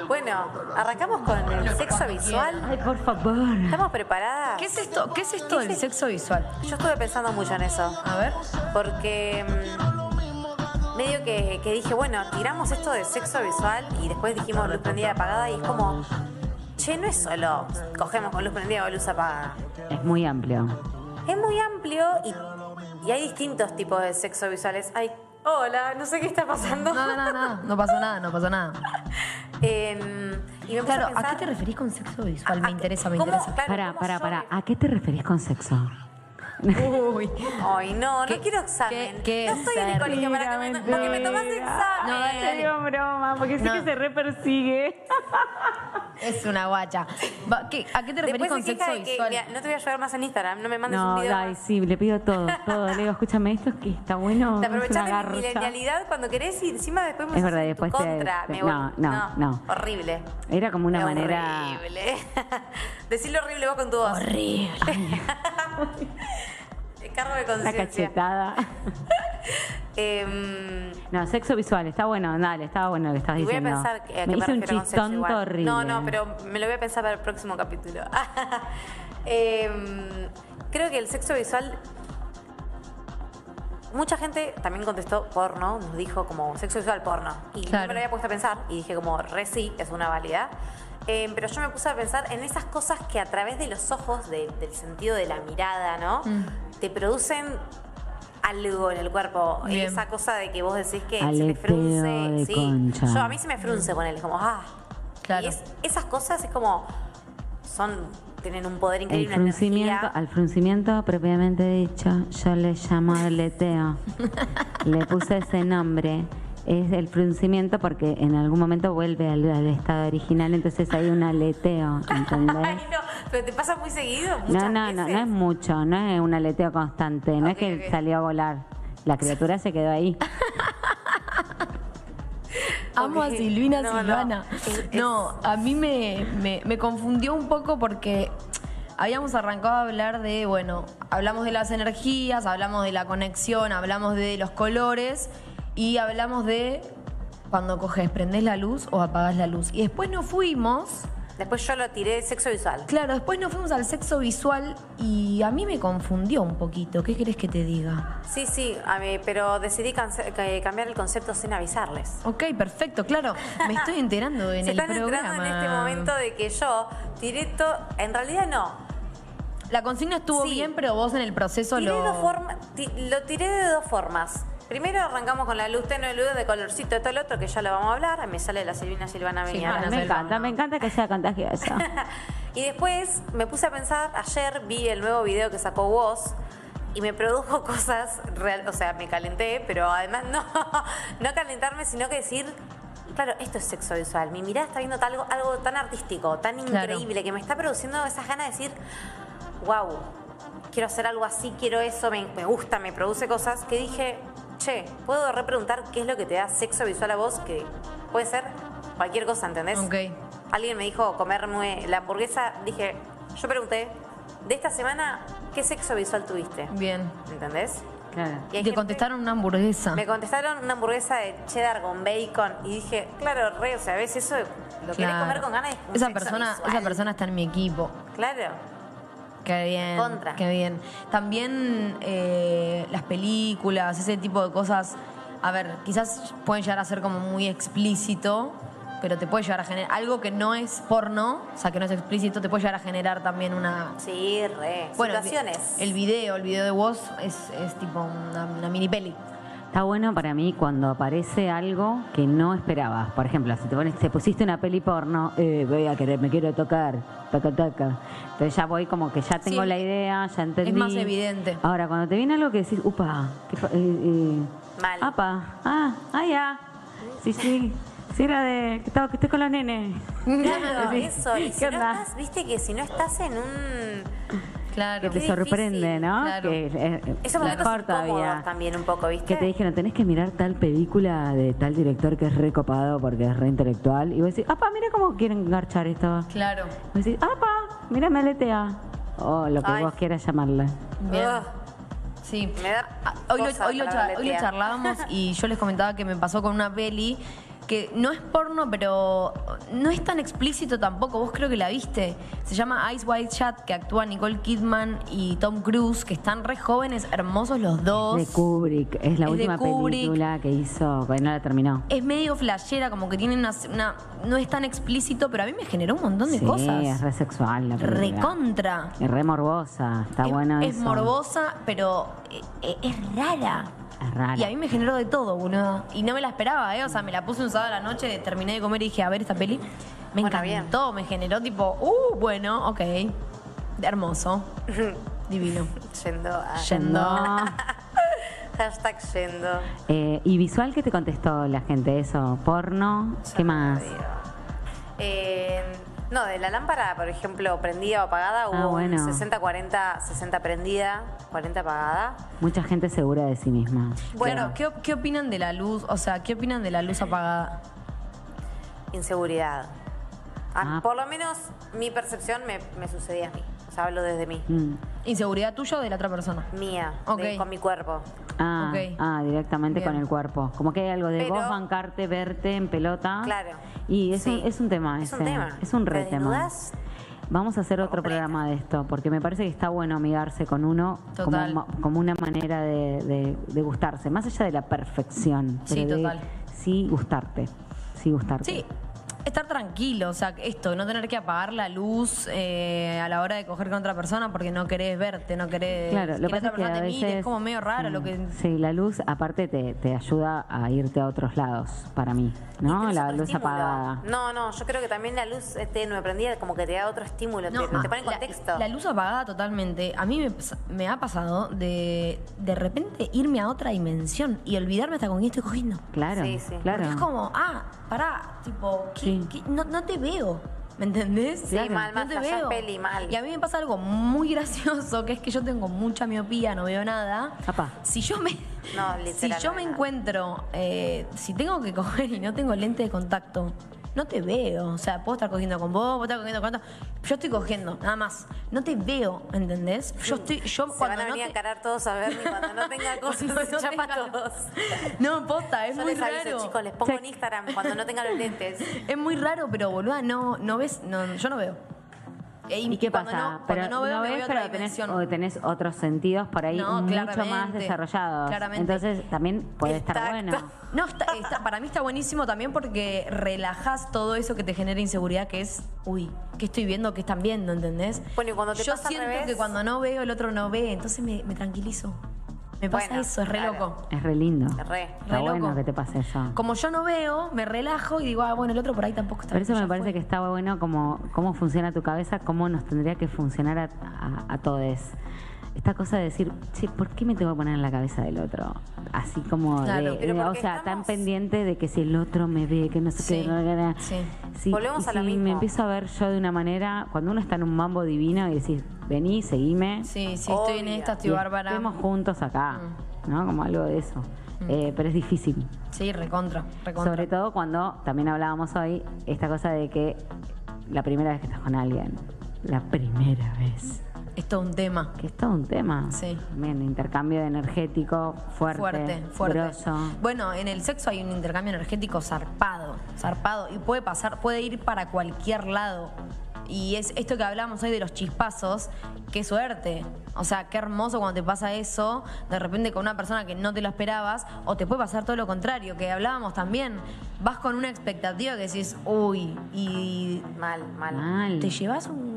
Speaker 2: Bueno, arrancamos con el sexo visual.
Speaker 3: Ay, por favor.
Speaker 2: ¿Estamos preparadas?
Speaker 1: ¿Qué es esto? ¿Qué es esto del sexo visual?
Speaker 2: Yo estuve pensando mucho en eso.
Speaker 1: A ver.
Speaker 2: Porque mm, medio que, que dije, bueno, tiramos esto de sexo visual y después dijimos luz prendida y apagada y es como, che, no es solo cogemos con luz prendida o luz apagada.
Speaker 3: Es muy amplio.
Speaker 2: Es muy amplio y, y hay distintos tipos de sexo visuales. Ay, hola, no sé qué está pasando.
Speaker 1: No, no, no, no pasó nada, no pasó nada.
Speaker 2: <laughs> Em, y me puse
Speaker 1: Claro,
Speaker 2: a
Speaker 1: ¿a
Speaker 2: pensar,
Speaker 1: qué te referís con sexo visual?
Speaker 2: ¿a
Speaker 1: Me
Speaker 2: qué-
Speaker 1: interesa, me
Speaker 2: cómo-
Speaker 1: interesa.
Speaker 2: claro,
Speaker 3: Para,
Speaker 2: cómo
Speaker 3: para,
Speaker 2: yo
Speaker 3: para.
Speaker 2: me-
Speaker 3: ¿A qué te referís con sexo?
Speaker 1: Uy.
Speaker 2: Ay, no, no quiero examen.
Speaker 1: qué- qué
Speaker 2: no estoy en
Speaker 1: examen?
Speaker 2: alcohólica para que me, para que me eh, tomas examen.
Speaker 1: No, dale, dale.
Speaker 3: broma, porque
Speaker 1: No.
Speaker 3: re persigue.
Speaker 1: Es una guacha. Va, ¿qué- ¿A qué te referís
Speaker 2: Después
Speaker 1: con
Speaker 2: se queja
Speaker 1: sexo
Speaker 2: de que,
Speaker 1: visual?
Speaker 2: mira, no te voy a llevar más en Instagram, no me mandes un
Speaker 3: No,
Speaker 2: video.
Speaker 3: dai,
Speaker 2: más.
Speaker 3: sí, le pido
Speaker 2: <laughs>
Speaker 3: todo, todo. Le digo, escúchame, esto es que está bueno.
Speaker 2: Te
Speaker 3: es una
Speaker 2: aprovechás de mi
Speaker 3: garcha.
Speaker 2: milenialidad cuando querés y encima después me
Speaker 3: Es verdad,
Speaker 2: usás en
Speaker 3: después
Speaker 2: tu
Speaker 3: te-
Speaker 2: contra.
Speaker 3: te-
Speaker 2: me
Speaker 3: no,
Speaker 2: voy-
Speaker 3: no, no.
Speaker 2: Horrible.
Speaker 3: Era como una
Speaker 2: Es
Speaker 3: manera.
Speaker 2: Horrible. <laughs> Decirlo horrible vos con tu voz.
Speaker 1: Horrible.
Speaker 2: Es Cargo de
Speaker 3: Una
Speaker 2: conciencia.
Speaker 3: cachetada. <laughs>
Speaker 2: Em,
Speaker 3: No, sexo visual, está bueno, dale, está bueno lo que estás
Speaker 2: y voy a
Speaker 3: diciendo.
Speaker 2: pensar que, a
Speaker 3: me
Speaker 2: qué me
Speaker 3: hice un
Speaker 2: refiero con sexo
Speaker 3: chistón
Speaker 2: igual.
Speaker 3: horrible.
Speaker 2: No, no, pero me lo voy a pensar para el próximo capítulo. <laughs> Em, creo que el sexo visual. Mucha gente también contestó porno, nos dijo como sexo visual porno. Y yo
Speaker 1: Claro.
Speaker 2: me lo había puesto a pensar y dije como re sí, es una válida. Em, pero yo me puse a pensar en esas cosas que a través de los ojos, de- del sentido de la mirada, ¿no?
Speaker 3: Mm.
Speaker 2: Te producen algo en el cuerpo.
Speaker 1: Bien.
Speaker 2: Esa cosa de que vos decís que se te
Speaker 3: Aleteo
Speaker 2: frunce.
Speaker 3: de
Speaker 2: sí.
Speaker 3: concha.
Speaker 2: Yo a mí se me frunce con él, como, ah.
Speaker 1: Claro.
Speaker 2: Y es- esas cosas es como, son, tienen un poder
Speaker 3: El
Speaker 2: increíble, una
Speaker 3: fruncimiento,
Speaker 2: energía.
Speaker 3: al fruncimiento propiamente dicho, yo le
Speaker 2: <laughs>
Speaker 3: llamo aleteo. le puse ese nombre. Es el fruncimiento porque en algún momento vuelve al, al estado original, entonces hay un
Speaker 2: <laughs>
Speaker 3: aleteo,
Speaker 2: Ay,
Speaker 3: ¿entendés?
Speaker 2: no, pero te pasa muy seguido,
Speaker 3: No,
Speaker 2: muchas
Speaker 3: no, no, no
Speaker 2: veces.
Speaker 3: es mucho, no es un aleteo constante, no es
Speaker 2: Ok,
Speaker 3: que
Speaker 2: ok.
Speaker 3: salió a volar. La criatura se quedó ahí.
Speaker 1: Amo
Speaker 2: Ok.
Speaker 1: a Silvina
Speaker 2: No, no.
Speaker 1: Silvana.
Speaker 2: Es-
Speaker 1: No, a mí me, me- me confundió un poco porque habíamos arrancado a hablar de, bueno, hablamos de las energías, hablamos de la conexión, hablamos de los colores y hablamos de cuando coges, prendés la luz o apagás la luz. Y después nos fuimos.
Speaker 2: Después yo lo tiré de sexo visual.
Speaker 1: Claro, después nos fuimos al sexo visual y a mí me confundió un poquito. ¿Qué querés que te diga?
Speaker 2: Sí, sí, a mí, pero decidí canse- que- cambiar el concepto sin avisarles.
Speaker 1: Ok, perfecto, claro. Me estoy enterando <laughs> en
Speaker 2: Se
Speaker 1: el
Speaker 2: están
Speaker 1: programa.
Speaker 2: entrando en este momento de que yo tiré todo, en realidad no,
Speaker 1: La consigna estuvo
Speaker 2: Sí.
Speaker 1: bien, pero vos en el proceso
Speaker 2: Tiré
Speaker 1: lo.
Speaker 2: dos forma- ti- lo tiré de dos formas. Primero arrancamos con la luz tenue, de luz de colorcito, esto, el otro, que ya lo vamos a hablar. Me sale la Silvina Silvana
Speaker 1: Sí,
Speaker 2: Viñara.
Speaker 1: van a
Speaker 3: me
Speaker 1: ser
Speaker 3: encanta,
Speaker 1: como-
Speaker 3: me encanta que sea contagiosa.
Speaker 2: Y después me puse a pensar, ayer vi el nuevo video que sacó Woz y me produjo <laughs> cosas real, o sea, me calenté, pero además no, <laughs> no calentarme, sino que decir, claro, esto es sexo visual. Mi mirada está viendo tal- algo, tan artístico, tan
Speaker 1: Claro.
Speaker 2: increíble, que me está produciendo esas ganas de decir, wow, quiero hacer algo así, quiero eso, me, me gusta, me produce cosas, que dije, che, puedo repreguntar qué es lo que te da sexo visual a vos, que puede ser cualquier cosa, ¿entendés?
Speaker 1: Ok.
Speaker 2: Alguien me dijo comerme la hamburguesa, dije, yo pregunté, de esta semana, ¿qué sexo visual tuviste?
Speaker 1: Bien.
Speaker 2: ¿Entendés?
Speaker 3: Claro.
Speaker 2: Y hay
Speaker 1: Te
Speaker 2: gente-
Speaker 1: contestaron una hamburguesa.
Speaker 2: Me contestaron una hamburguesa de cheddar con bacon y dije, claro, re, o sea, ves eso, lo querés
Speaker 1: Claro.
Speaker 2: comer con ganas de un
Speaker 1: esa
Speaker 2: sexo
Speaker 1: persona,
Speaker 2: visual.
Speaker 1: esa persona está en mi equipo.
Speaker 2: Claro.
Speaker 1: Qué bien.
Speaker 2: Contra.
Speaker 1: Qué bien. También eh, las películas, ese tipo de cosas. A ver, quizás pueden llegar a ser como muy explícito, pero te puede llegar a generar. Algo que no es porno, o sea, que no es explícito, te puede llegar a generar también una.
Speaker 2: Sí, re.
Speaker 1: Bueno, el vi-
Speaker 2: Situaciones.
Speaker 1: El video, el video de vos es, es tipo una, una mini
Speaker 2: <laughs>
Speaker 1: peli. <laughs>
Speaker 3: Está bueno para mí cuando aparece algo que no esperabas. Por ejemplo, si te pones, te pusiste una peli porno, eh, voy a querer, me quiero tocar, toca, toca. Entonces ya voy como que ya tengo
Speaker 1: Sí.
Speaker 3: la idea, ya entendí.
Speaker 1: más evidente.
Speaker 3: Ahora, cuando te viene algo que decís, upa, qué pa- eh, eh,
Speaker 2: Mal.
Speaker 3: apa, ah, ah, ya. Sí, sí. Sí, era de que, estaba, que estoy con los nenes.
Speaker 2: Claro,
Speaker 3: Sí.
Speaker 1: <laughs>
Speaker 2: eso. Y si
Speaker 3: ¿Qué
Speaker 2: no
Speaker 3: onda?
Speaker 2: estás, viste que si no estás en un.
Speaker 1: Claro.
Speaker 3: Que te
Speaker 2: Qué
Speaker 3: sorprende,
Speaker 2: difícil,
Speaker 3: ¿no?
Speaker 1: claro.
Speaker 3: Que, eh,
Speaker 2: Esos momentos
Speaker 3: mejor
Speaker 2: incómodos
Speaker 3: todavía.
Speaker 2: también un poco, ¿viste?
Speaker 3: Que te dijeron, tenés que mirar tal película de tal director que es recopado porque es re intelectual. Y vos decís, apa, mira cómo quieren engarchar esto.
Speaker 1: Claro.
Speaker 3: Vos decís, apa, mira, me aletea. O lo que
Speaker 2: Ay.
Speaker 3: vos quieras llamarle.
Speaker 1: Bien.
Speaker 2: Ugh.
Speaker 1: Sí.
Speaker 2: Me da
Speaker 1: Ah, Hoy lo,
Speaker 2: cosa
Speaker 1: hoy lo
Speaker 2: para
Speaker 1: cha-
Speaker 2: hablar de
Speaker 1: hoy lo
Speaker 2: tía.
Speaker 1: charlábamos y yo les comentaba que me pasó con una peli que no es porno, pero no es tan explícito tampoco. Vos creo que la viste. Se llama Ice White Chat, que actúa Nicole Kidman y Tom Cruise, que están re jóvenes, hermosos los dos.
Speaker 3: De Kubrick, es
Speaker 1: Es de
Speaker 3: la última
Speaker 1: Kubrick.
Speaker 3: película que hizo, bueno, no la terminó.
Speaker 1: Es medio flashera, como que tiene una, una- No es tan explícito, pero a mí me generó un montón de
Speaker 3: sí, es re
Speaker 1: cosas.
Speaker 3: sexual la película.
Speaker 1: Recontra.
Speaker 3: Es re morbosa, está
Speaker 1: es,
Speaker 3: bueno
Speaker 1: es
Speaker 3: eso.
Speaker 1: morbosa, pero eh, eh, es, rara.
Speaker 3: Es rara.
Speaker 1: Y a mí me generó de todo, boludo. Y no me la esperaba, ¿eh? O sea, me la puse un sábado a la noche, terminé de comer y dije, a ver esta peli. Me
Speaker 2: Bueno,
Speaker 1: encantó, me generó tipo, uh, bueno, ok. Hermoso. Divino.
Speaker 2: Yendo a...
Speaker 1: Yendo.
Speaker 3: No.
Speaker 2: Hashtag yendo.
Speaker 3: Eh, y visual, ¿qué te contestó la gente? Eso, porno, ¿qué más?
Speaker 2: Eh, no, de la lámpara, por ejemplo, prendida o apagada, hubo un
Speaker 3: Ah, bueno.
Speaker 2: 60, 40, 60 prendida, 40 apagada.
Speaker 3: Mucha gente segura de sí misma.
Speaker 1: Bueno, ¿qué, op- ¿qué opinan de la luz? O sea, ¿qué opinan de la luz apagada?
Speaker 2: Inseguridad. Ah,
Speaker 3: Ah.
Speaker 2: Por lo menos mi percepción me, me sucedía a mí. O sea, hablo desde mí.
Speaker 3: Mm.
Speaker 1: ¿Inseguridad tuya o de la otra persona?
Speaker 2: Mía,
Speaker 1: Ok.
Speaker 2: de- con mi cuerpo.
Speaker 3: Ah,
Speaker 1: Ok.
Speaker 3: ah, directamente
Speaker 1: Bien.
Speaker 3: con el cuerpo. Como que hay algo de
Speaker 2: Pero-
Speaker 3: vos bancarte, verte en pelota.
Speaker 2: Claro.
Speaker 3: Y es,
Speaker 2: Sí.
Speaker 3: un, Ah, es un tema
Speaker 2: Es
Speaker 3: ese.
Speaker 2: un tema.
Speaker 3: Es un re
Speaker 2: ¿Te
Speaker 3: tema.
Speaker 2: desnudás?
Speaker 3: Vamos a hacer otro
Speaker 2: Completa.
Speaker 3: programa de esto, porque me parece que está bueno amigarse con uno como,
Speaker 1: Total.
Speaker 3: ma- como una manera de, de- de gustarse, más allá de la perfección.
Speaker 1: Sí,
Speaker 3: pero de
Speaker 1: total.
Speaker 3: Sí, gustarte. Sí, gustarte.
Speaker 1: Sí, estar tranquilo, o sea, esto, no tener que apagar la luz eh, a la hora de coger con otra persona porque no querés verte, no querés
Speaker 3: Claro, lo
Speaker 1: que la otra
Speaker 3: pasa es que
Speaker 1: persona
Speaker 3: a
Speaker 1: te mire,
Speaker 3: veces-
Speaker 1: es como medio raro
Speaker 3: sí,
Speaker 1: lo que...
Speaker 3: Sí, la luz aparte te, te ayuda a irte a otros lados, para mí, ¿no?
Speaker 2: Pero es
Speaker 3: La
Speaker 2: otro
Speaker 3: luz
Speaker 2: estímulo.
Speaker 3: apagada.
Speaker 2: No, no, yo creo que también la luz este, no me prendía, como que te da otro estímulo,
Speaker 1: No,
Speaker 2: te,
Speaker 3: Ah.
Speaker 2: te pone en
Speaker 1: la-
Speaker 2: contexto.
Speaker 1: La, luz apagada totalmente. A mí me, pas- me ha pasado de de repente irme a otra dimensión y olvidarme hasta con quién estoy cogiendo.
Speaker 3: Claro,
Speaker 2: Sí, sí.
Speaker 3: claro.
Speaker 1: Porque es como, ah, pará, tipo, ¿qué-
Speaker 3: Sí.
Speaker 1: qué- no, no te veo. ¿Me entendés?
Speaker 2: Sí, Claro. mal, mal,
Speaker 1: no te
Speaker 2: flashás
Speaker 1: veo.
Speaker 2: peli, mal.
Speaker 1: Y a mí me pasa algo muy <laughs> gracioso, que es que yo tengo mucha miopía, no veo nada.
Speaker 3: Apá.
Speaker 1: Si yo me,
Speaker 2: No,
Speaker 1: <laughs> si
Speaker 2: literal,
Speaker 1: yo me
Speaker 2: no veo nada.
Speaker 1: encuentro, eh, si tengo que coger y no tengo lente de contacto, no te veo. O sea, puedo estar cogiendo con vos, puedo estar cogiendo con otro. Yo estoy cogiendo, nada más. No te veo, ¿entendés? Yo estoy, yo
Speaker 2: Se
Speaker 1: cuando
Speaker 2: van a
Speaker 1: no
Speaker 2: venir a
Speaker 1: te-
Speaker 2: encarar todos a verme y cuando no tenga cosas
Speaker 1: <laughs> cuando
Speaker 2: <laughs> se
Speaker 1: no
Speaker 2: chapa
Speaker 1: tenga-
Speaker 2: todos.
Speaker 1: No, posta, es
Speaker 2: Yo
Speaker 1: muy
Speaker 2: les aviso,
Speaker 1: raro.
Speaker 2: chicos, les pongo en Instagram cuando no tengan los lentes.
Speaker 1: Es muy raro, pero boluda, no, no ves, no, yo no veo. E-
Speaker 3: ¿Y qué
Speaker 1: cuando
Speaker 3: pasa?
Speaker 1: No, cuando no veo, me voy a otra
Speaker 3: pero tenés,
Speaker 1: dimensión.
Speaker 3: o tenés otros sentidos por ahí
Speaker 1: No,
Speaker 3: mucho más
Speaker 1: claramente.
Speaker 3: desarrollados.
Speaker 1: Claramente.
Speaker 3: Entonces también puede estar
Speaker 2: Exacto.
Speaker 3: bueno.
Speaker 1: No, está- está- para mí está buenísimo también porque relajas todo eso que te genera inseguridad, que es, uy, ¿qué estoy viendo? ¿Qué están viendo? ¿Entendés?
Speaker 2: Bueno, y cuando te
Speaker 1: Yo
Speaker 2: pasa al
Speaker 1: siento
Speaker 2: revés-
Speaker 1: que cuando no veo, el otro no ve, entonces me, me tranquilizo. Me pasa
Speaker 2: Bueno,
Speaker 1: eso, es re
Speaker 2: claro.
Speaker 1: loco.
Speaker 3: Es re lindo.
Speaker 2: Re,
Speaker 3: Está
Speaker 1: re
Speaker 3: bueno
Speaker 1: loco.
Speaker 3: que te pase eso.
Speaker 1: Como yo no veo, me relajo y digo, ah, bueno, el otro por ahí tampoco está
Speaker 3: Por eso
Speaker 1: viendo,
Speaker 3: me
Speaker 1: ya
Speaker 3: parece
Speaker 1: fue.
Speaker 3: que está bueno como, cómo funciona tu cabeza, cómo nos tendría que funcionar a, a, a todos. Esta cosa de decir, che, ¿por qué me tengo que poner en la cabeza del otro? Así como, de-
Speaker 1: Claro,
Speaker 2: pero
Speaker 3: de- o
Speaker 2: porque
Speaker 3: sea, tan
Speaker 2: estamos-
Speaker 3: pendiente de que si el otro me ve, que no sé
Speaker 1: Sí,
Speaker 3: qué. bla, bla, bla.
Speaker 1: sí.
Speaker 3: Sí,
Speaker 2: Volvemos
Speaker 3: y
Speaker 2: a lo
Speaker 3: si
Speaker 2: mismo.
Speaker 3: me empiezo a ver yo de una manera, cuando uno está en un mambo divino y decís, vení, seguime.
Speaker 1: Sí, sí, estoy en
Speaker 2: Obvio.
Speaker 1: esta,
Speaker 3: y
Speaker 1: estoy bárbara.
Speaker 3: Estemos juntos acá, ¿no? Como algo de eso. Eh, pero es difícil.
Speaker 1: Sí, recontra, recontra.
Speaker 3: Sobre todo cuando también hablábamos hoy esta cosa de que la primera vez que estás con alguien, la primera vez,
Speaker 1: Es todo un tema.
Speaker 3: que es todo un tema.
Speaker 1: Sí.
Speaker 3: También intercambio energético fuerte,
Speaker 1: Fuerte, fuerte.
Speaker 3: grosso.
Speaker 1: Bueno, en el sexo hay un intercambio energético zarpado, zarpado, y puede pasar, puede ir para cualquier lado. Y es esto que hablábamos hoy de los chispazos, qué suerte. O sea, qué hermoso cuando te pasa eso, de repente con una persona que no te lo esperabas, o te puede pasar todo lo contrario, que hablábamos también. Vas con una expectativa que decís, uy, y
Speaker 2: Mal, mal.
Speaker 3: Mal.
Speaker 1: te llevas un.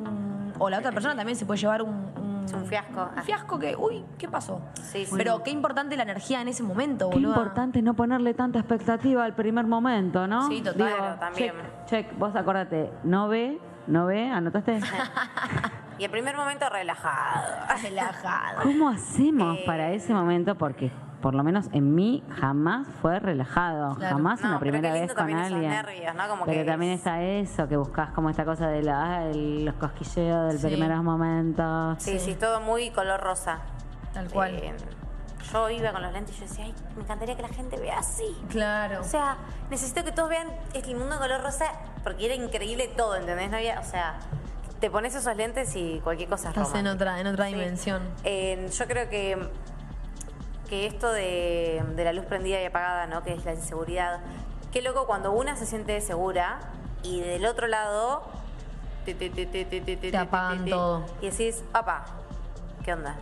Speaker 1: O la otra persona también se puede llevar un. un-
Speaker 2: Es un fiasco.
Speaker 1: un fiasco que, uy, ¿qué pasó?
Speaker 2: Sí, sí.
Speaker 1: Pero qué importante la energía en ese momento,
Speaker 3: Qué
Speaker 1: boludo.
Speaker 3: importante no ponerle tanta expectativa al primer momento, ¿no?
Speaker 1: Sí, total,
Speaker 2: claro, también.
Speaker 3: Check, check, vos acordate, no ve, no ve,
Speaker 1: <laughs>
Speaker 3: anotaste.
Speaker 2: Y el primer momento relajado.
Speaker 1: Relajado.
Speaker 3: ¿Cómo
Speaker 2: Eh,
Speaker 3: hacemos para ese momento? Porque por lo menos en mí jamás fue relajado,
Speaker 1: Claro.
Speaker 3: jamás
Speaker 2: No,
Speaker 3: una
Speaker 2: pero
Speaker 3: primera
Speaker 2: qué
Speaker 3: vez
Speaker 2: lindo
Speaker 3: con
Speaker 2: también esos
Speaker 3: alguien.
Speaker 2: nervios, ¿no? Como
Speaker 3: pero
Speaker 2: que
Speaker 3: también
Speaker 2: es-
Speaker 3: está eso, que buscas como esta cosa de la, ah, el- los cosquilleos del
Speaker 1: Sí.
Speaker 3: primeros momentos.
Speaker 2: Sí,
Speaker 1: Sí.
Speaker 2: sí, todo muy color rosa.
Speaker 1: Tal cual.
Speaker 2: Eh, yo iba con los lentes y yo decía, ay, me encantaría que la gente vea así.
Speaker 1: Claro.
Speaker 2: O sea, este necesito que todos vean el mundo en color rosa porque era increíble todo, ¿entendés? No había, o sea, te pones esos lentes y cualquier cosa es
Speaker 1: Estás en
Speaker 2: romántica.
Speaker 1: otra, en otra
Speaker 2: Sí.
Speaker 1: dimensión.
Speaker 2: Eh, yo creo que, que esto de, de la luz prendida y apagada, ¿no? Que es la inseguridad. Qué loco cuando una se siente segura y del otro lado ti, ti, ti, ti, ti, ti, ti, ti,
Speaker 1: apagan
Speaker 2: ti, ti,
Speaker 1: todo.
Speaker 2: Y decís, papá, ¿qué onda?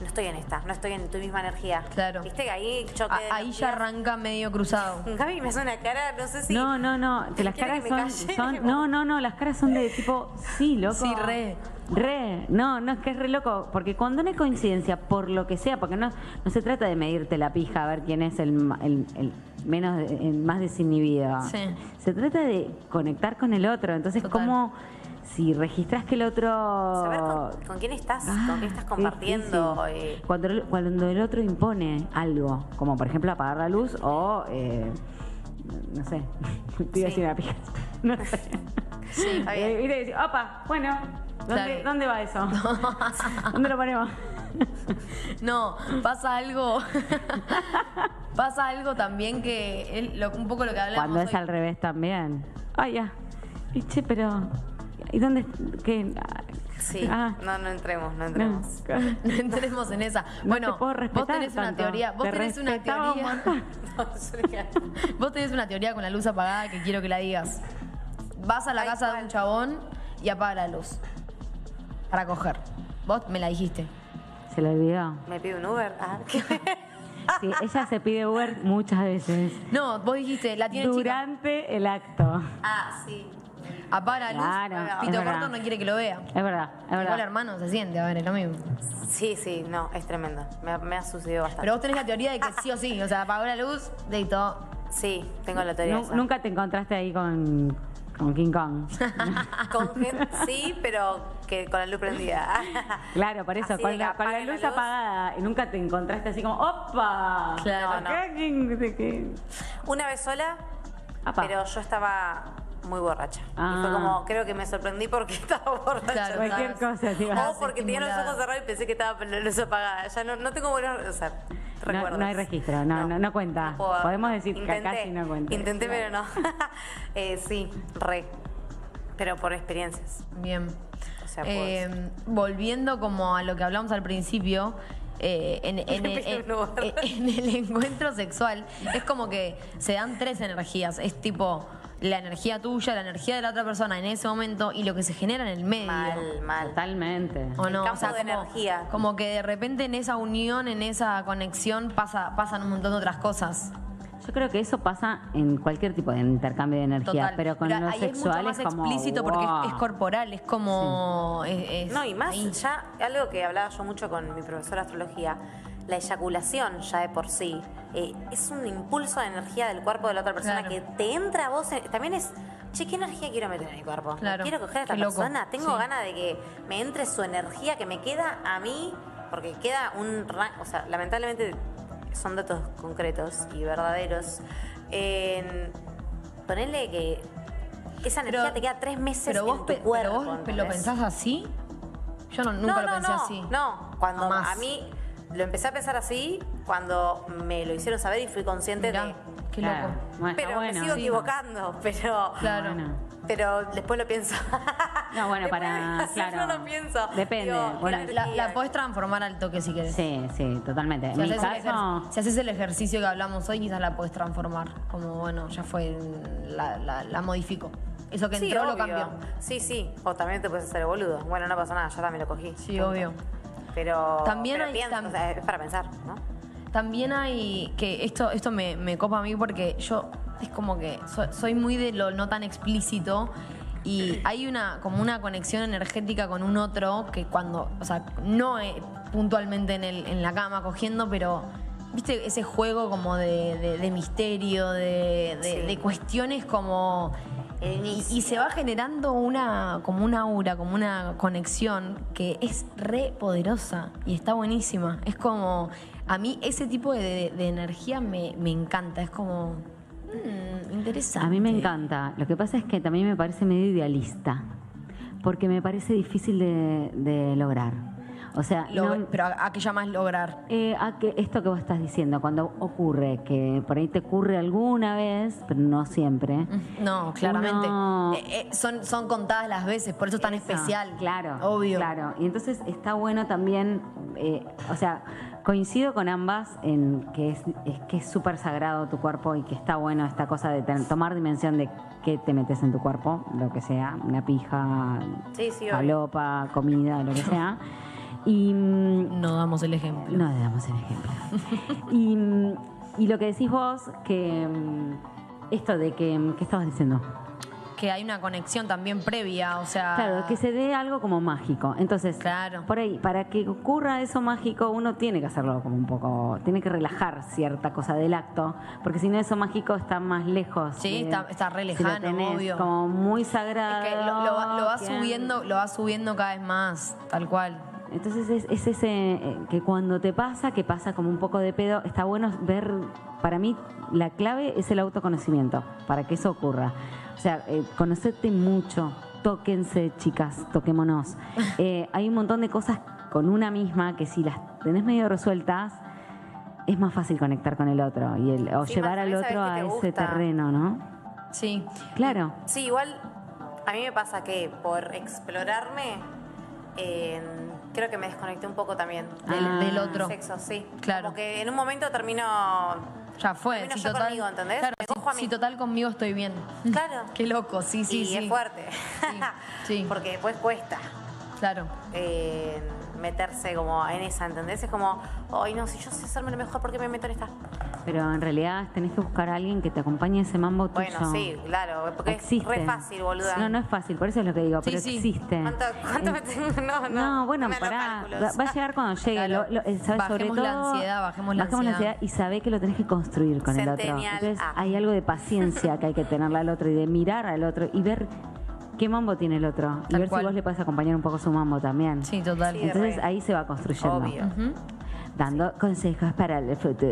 Speaker 2: No estoy en esta, no estoy en tu misma energía.
Speaker 1: Claro.
Speaker 2: Viste que ahí choque.
Speaker 3: Ah,
Speaker 1: A-
Speaker 2: de
Speaker 1: ahí ya
Speaker 2: energías.
Speaker 1: arranca medio
Speaker 2: <laughs>
Speaker 1: cruzado. <laughs>
Speaker 2: Gaby me hace una cara, no sé si.
Speaker 3: No, no, no. Que las
Speaker 2: ¿Quiere
Speaker 3: caras
Speaker 2: que me
Speaker 3: son,
Speaker 2: calle?
Speaker 3: son- No, no, no. Las caras son de tipo. Sí, loco.
Speaker 1: Sí, re.
Speaker 3: Re. No, no, es que es re loco. Porque cuando no hay coincidencia, por lo que sea, porque no, no se trata de medirte la pija a ver quién es el, ma- el- el menos, el más desinhibido.
Speaker 1: Sí.
Speaker 3: Se trata de conectar con el otro. Entonces,
Speaker 1: Total.
Speaker 3: como si registras que el otro.
Speaker 2: <laughs> Saber con, con quién estás, con quién estás
Speaker 3: Ah,
Speaker 2: compartiendo.
Speaker 3: qué difícil.
Speaker 2: eh,
Speaker 3: Cuando, el- cuando el otro impone algo, como por ejemplo apagar la luz o, eh, no sé, <laughs> te iba a
Speaker 2: Sí.
Speaker 3: decir una pija. <laughs> No sé.
Speaker 2: está bien.
Speaker 3: Eh, y te decís, opa, bueno, ¿dónde,
Speaker 1: Claro.
Speaker 3: dónde
Speaker 2: <laughs>
Speaker 3: va eso? ¿Dónde lo ponemos?
Speaker 1: No, pasa algo. <laughs> pasa algo también que es lo- un poco lo que hablamos.
Speaker 3: Cuando es
Speaker 1: hoy.
Speaker 3: al revés también. Ah, ya. Y che, pero... ¿Y dónde? ¿Qué? Ah,
Speaker 2: Sí,
Speaker 3: ah,
Speaker 2: no, no entremos, no
Speaker 3: no.
Speaker 2: entremos.
Speaker 1: <laughs> No entremos en esa.
Speaker 3: No
Speaker 1: bueno,
Speaker 3: te puedo
Speaker 1: vos
Speaker 3: respetar
Speaker 1: tenés una
Speaker 3: tanto.
Speaker 1: teoría. Vos
Speaker 3: Te
Speaker 1: tenés una
Speaker 3: respetaba un
Speaker 1: teoría.
Speaker 3: montón.
Speaker 2: No, es
Speaker 1: <laughs>
Speaker 2: una-
Speaker 1: Vos tenés una teoría con la luz apagada que quiero que la digas. Vas a la
Speaker 2: Ay,
Speaker 1: casa de
Speaker 2: ¿cuál?
Speaker 1: un chabón y apaga la luz. Para coger. Vos me la dijiste.
Speaker 3: Se le olvidó.
Speaker 2: Me pide un Uber. Ah,
Speaker 3: <laughs>
Speaker 2: <laughs>
Speaker 3: Sí, ella se pide Uber muchas veces.
Speaker 1: No, vos dijiste, la tiene chica.
Speaker 3: Durante el acto.
Speaker 2: Ah, sí.
Speaker 1: Apaga la luz.
Speaker 3: Claro, es
Speaker 1: Pito
Speaker 3: verdad.
Speaker 1: Corto no quiere que lo vea.
Speaker 3: Es verdad, es
Speaker 1: Igual
Speaker 3: verdad.
Speaker 1: hermano se siente, a ver, es lo mismo.
Speaker 2: Sí, sí, no, es tremendo. Me, ha- me ha sucedido bastante.
Speaker 1: Pero vos tenés la teoría de que sí o sí, o sea, apagó la luz, de todo.
Speaker 2: Sí, tengo la teoría.
Speaker 3: Nu-
Speaker 2: esa.
Speaker 3: Nunca te encontraste ahí con, con King Kong.
Speaker 2: <laughs> Con gente, sí, pero que con la luz prendida.
Speaker 3: <laughs> Claro, por eso,
Speaker 2: Así de
Speaker 3: con
Speaker 2: que
Speaker 3: la, con la
Speaker 2: apaguen
Speaker 3: luz apagada. Y nunca te encontraste así como, ¡opa!
Speaker 1: Claro,
Speaker 2: no.
Speaker 3: Acá King, de que-
Speaker 2: Una vez sola,
Speaker 3: Apa.
Speaker 2: pero yo estaba muy borracha. Y
Speaker 3: Ah.
Speaker 2: fue como, creo que me sorprendí porque <laughs> estaba borracha.
Speaker 1: Claro,
Speaker 3: Cualquier
Speaker 1: estabas-
Speaker 3: cosa, digo.
Speaker 1: estabas
Speaker 2: O porque tenía los
Speaker 1: estimulada.
Speaker 2: ojos cerrados y pensé que estaba con la luz apagada. Ya no, no tengo buenos o sea,
Speaker 3: No-
Speaker 2: recuerdos.
Speaker 3: no hay registro, no, no- no cuenta.
Speaker 2: puedo-
Speaker 3: Podemos decir que acá sí no cuenta.
Speaker 2: Intenté, pero no. <laughs> Eh, sí, re. Pero por experiencias.
Speaker 1: Bien.
Speaker 2: O sea,
Speaker 1: Eh, volviendo como a lo que hablamos al principio, eh, en,
Speaker 2: <laughs>
Speaker 1: en-
Speaker 2: Me pide
Speaker 1: en- <laughs>
Speaker 2: un lugar.
Speaker 1: en- en el encuentro sexual es como que se dan tres energías. Es tipo la energía tuya, la energía de la otra persona en ese momento y lo que se genera en el medio.
Speaker 2: Mal, mal.
Speaker 3: Totalmente.
Speaker 1: ¿O
Speaker 2: El
Speaker 1: no?
Speaker 2: campo
Speaker 1: O sea,
Speaker 2: de
Speaker 1: como,
Speaker 2: energía.
Speaker 1: como que de repente en esa unión, en esa conexión, pasa, pasan un montón de otras cosas.
Speaker 3: Yo creo que eso pasa en cualquier tipo de intercambio de energía,
Speaker 1: Total.
Speaker 3: pero con
Speaker 1: Pero
Speaker 3: los
Speaker 1: ahí
Speaker 3: sexuales
Speaker 1: es mucho más
Speaker 3: como,
Speaker 1: explícito porque
Speaker 3: wow.
Speaker 1: es, es corporal, es como... es- es-
Speaker 2: No, y más
Speaker 1: ahí.
Speaker 2: ya, algo que hablaba yo mucho con mi profesora de astrología, la eyaculación ya de por sí eh, es un impulso de energía del cuerpo de la otra persona
Speaker 1: Claro.
Speaker 2: que te entra a vos, en- también es, che, ¿qué energía quiero meter en mi cuerpo?
Speaker 1: Claro.
Speaker 2: Quiero coger a esta
Speaker 1: Qué loco.
Speaker 2: persona, tengo
Speaker 1: Sí.
Speaker 2: ganas de que me entre su energía que me queda a mí, porque queda un rango, o sea, lamentablemente son datos concretos y verdaderos. En- ponele que esa
Speaker 1: Pero-
Speaker 2: energía te queda tres meses
Speaker 1: Pero vos,
Speaker 2: en
Speaker 1: pe-
Speaker 2: tu cuerpo.
Speaker 1: pero vos lo
Speaker 2: ¿entendés?
Speaker 1: pensás así. Yo no- nunca
Speaker 2: no,
Speaker 1: lo
Speaker 2: no,
Speaker 1: pensé
Speaker 2: no,
Speaker 1: así.
Speaker 2: No, cuando
Speaker 1: Jamás.
Speaker 2: a mí lo empecé a pensar así, cuando me lo hicieron saber y fui consciente de.
Speaker 1: Mirá, qué
Speaker 3: Claro.
Speaker 1: loco.
Speaker 3: Bueno, está
Speaker 2: Pero me
Speaker 3: bueno.
Speaker 2: sigo
Speaker 3: Sí.
Speaker 2: equivocando, pero.
Speaker 1: Claro.
Speaker 3: Bueno.
Speaker 2: Pero después lo pienso.
Speaker 3: No, bueno,
Speaker 2: Después <laughs>
Speaker 3: para-
Speaker 2: de hacerlo
Speaker 3: claro.
Speaker 2: lo pienso.
Speaker 3: Depende,
Speaker 2: Digo,
Speaker 3: bueno.
Speaker 2: ¿qué
Speaker 1: La,
Speaker 2: energía?
Speaker 1: la podés transformar al toque si querés.
Speaker 3: Sí, sí, totalmente. En
Speaker 1: Si
Speaker 3: mi
Speaker 1: haces, el
Speaker 3: caso,
Speaker 1: ejer- si haces el ejercicio que hablamos hoy, quizás la podés transformar. Como, bueno, ya fue, la, la- la modifico. Eso que
Speaker 2: Sí,
Speaker 1: entró lo
Speaker 2: obvio.
Speaker 1: cambió.
Speaker 2: Sí, sí. O también te puedes hacer el boludo. Bueno, no pasa nada, yo también lo cogí.
Speaker 1: Sí,
Speaker 2: Punto.
Speaker 1: obvio.
Speaker 2: Pero.
Speaker 1: También
Speaker 2: pero
Speaker 1: hay-
Speaker 2: pienso,
Speaker 1: tam-
Speaker 2: o sea, es para pensar, ¿no?
Speaker 1: También hay que esto, esto me, me copa a mí porque yo es como que so- soy muy de lo no tan explícito y hay una como una conexión energética con un otro que cuando, o sea, no eh, puntualmente en, el, en la cama cogiendo, pero viste ese juego como de, de- de misterio, de, de-
Speaker 2: Sí.
Speaker 1: de cuestiones como eh,
Speaker 2: El
Speaker 1: y,
Speaker 2: inicio.
Speaker 1: y se va generando una como una aura, como una conexión que es re poderosa y está buenísima. Es como a mí ese tipo de, de energía me, me encanta, es como mm, interesante.
Speaker 3: a mí me encanta. Lo que pasa es que también me parece medio idealista, porque me parece difícil de, de lograr. O sea,
Speaker 1: Lo-
Speaker 3: no-
Speaker 1: Pero a, a qué llamas lograr.
Speaker 3: Eh, a que esto que vos estás diciendo, cuando ocurre, que por ahí te ocurre alguna vez, pero no siempre.
Speaker 1: No, claramente.
Speaker 3: Uno-
Speaker 1: Eh, eh, son, son contadas las veces, por eso es tan
Speaker 3: Eso,
Speaker 1: especial.
Speaker 3: Claro.
Speaker 1: Obvio.
Speaker 3: Claro. Y entonces está bueno también, eh, o sea, coincido con ambas en que es, es que es súper sagrado tu cuerpo y que está bueno esta cosa de ten- tomar dimensión de qué te metes en tu cuerpo, lo que sea, una pija,
Speaker 2: Sí, sí, obvio.
Speaker 3: palopa, comida, lo que sea. Y mm,
Speaker 1: No damos el ejemplo.
Speaker 3: no le damos el ejemplo. y, mm, y lo que decís vos, que mm, esto de que, mm, ¿qué estabas diciendo?
Speaker 1: Que hay una conexión también previa, o sea.
Speaker 3: Claro, que se dé algo como mágico. Entonces,
Speaker 1: Claro.
Speaker 3: por ahí, para que ocurra eso mágico, uno tiene que hacerlo como un poco, tiene que relajar cierta cosa del acto, porque si no eso mágico está más lejos.
Speaker 1: Sí,
Speaker 3: de-
Speaker 1: está- está re
Speaker 3: si lo
Speaker 1: lejano,
Speaker 3: tenés
Speaker 1: obvio.
Speaker 3: Como muy sagrado.
Speaker 1: Es que lo, lo va, lo va
Speaker 3: bien.
Speaker 1: subiendo, lo va subiendo cada vez más, tal cual.
Speaker 3: Entonces es, es ese eh, que cuando te pasa, que pasa como un poco de pedo, está bueno ver, para mí la clave es el autoconocimiento, para que eso ocurra. O sea, eh, conocerte mucho, tóquense chicas,
Speaker 2: <laughs>
Speaker 3: toquémonos. Eh, hay un montón de cosas con una misma que si las tenés medio resueltas, es más fácil conectar con el otro y el, o
Speaker 2: Sí,
Speaker 3: llevar
Speaker 2: más
Speaker 3: al
Speaker 2: sabés saber
Speaker 3: otro
Speaker 2: qué
Speaker 3: a
Speaker 2: te
Speaker 3: ese
Speaker 2: gusta.
Speaker 3: terreno, ¿no?
Speaker 1: Sí.
Speaker 3: Claro.
Speaker 2: Sí, igual a mí me pasa que por explorarme, eh, creo que me desconecté un poco también
Speaker 1: Del,
Speaker 3: Ah.
Speaker 1: del otro.
Speaker 2: sexo, sí.
Speaker 1: Claro.
Speaker 2: Como que en un momento termino.
Speaker 1: Ya fue.
Speaker 2: Termino yo conmigo, ¿entendés?
Speaker 1: Claro,
Speaker 2: Me
Speaker 1: si-
Speaker 2: cojo a mí.
Speaker 1: si total conmigo estoy bien.
Speaker 3: Mm.
Speaker 2: Claro.
Speaker 1: <laughs> Qué loco, sí, sí,
Speaker 2: y
Speaker 1: sí.
Speaker 2: es fuerte.
Speaker 1: Sí, sí.
Speaker 2: <laughs> Porque después cuesta
Speaker 1: Claro.
Speaker 2: eh, meterse como en esa, ¿entendés? Es como, ay, no, si yo sé hacerme lo mejor, ¿por qué me meto en esta?
Speaker 3: Pero en realidad tenés que buscar a alguien que te acompañe a ese mambo tuyo.
Speaker 2: Bueno, sí, claro, porque
Speaker 3: existe.
Speaker 2: es re fácil, boluda.
Speaker 3: No, no es fácil, por eso es lo que digo,
Speaker 1: Sí,
Speaker 3: pero
Speaker 1: sí.
Speaker 3: existe.
Speaker 2: ¿Cuánto, cuánto me
Speaker 3: Eh,
Speaker 2: tengo? <laughs> No, no.
Speaker 3: No,
Speaker 2: no
Speaker 3: bueno,
Speaker 2: me hagan los
Speaker 3: pará. Va,
Speaker 2: cálculos.
Speaker 3: va a llegar cuando llegue.
Speaker 1: Claro.
Speaker 3: lo- lo- eh, sabe, sobre
Speaker 1: Bajemos la
Speaker 3: todo-
Speaker 1: ansiedad, bajemos la ansiedad.
Speaker 3: y sabe que lo tenés que construir con el otro.
Speaker 2: Centennial,
Speaker 3: Entonces
Speaker 2: ah.
Speaker 3: hay algo de paciencia que hay que tenerle al otro y de mirar al otro y ver qué mambo tiene el otro. y
Speaker 1: Tal
Speaker 3: ver
Speaker 1: cual.
Speaker 3: si vos le podés acompañar un poco su mambo también.
Speaker 1: Sí, total.
Speaker 2: Sí,
Speaker 3: Entonces
Speaker 2: re.
Speaker 3: ahí se va construyendo.
Speaker 2: Obvio.
Speaker 3: Dando consejos para el futuro.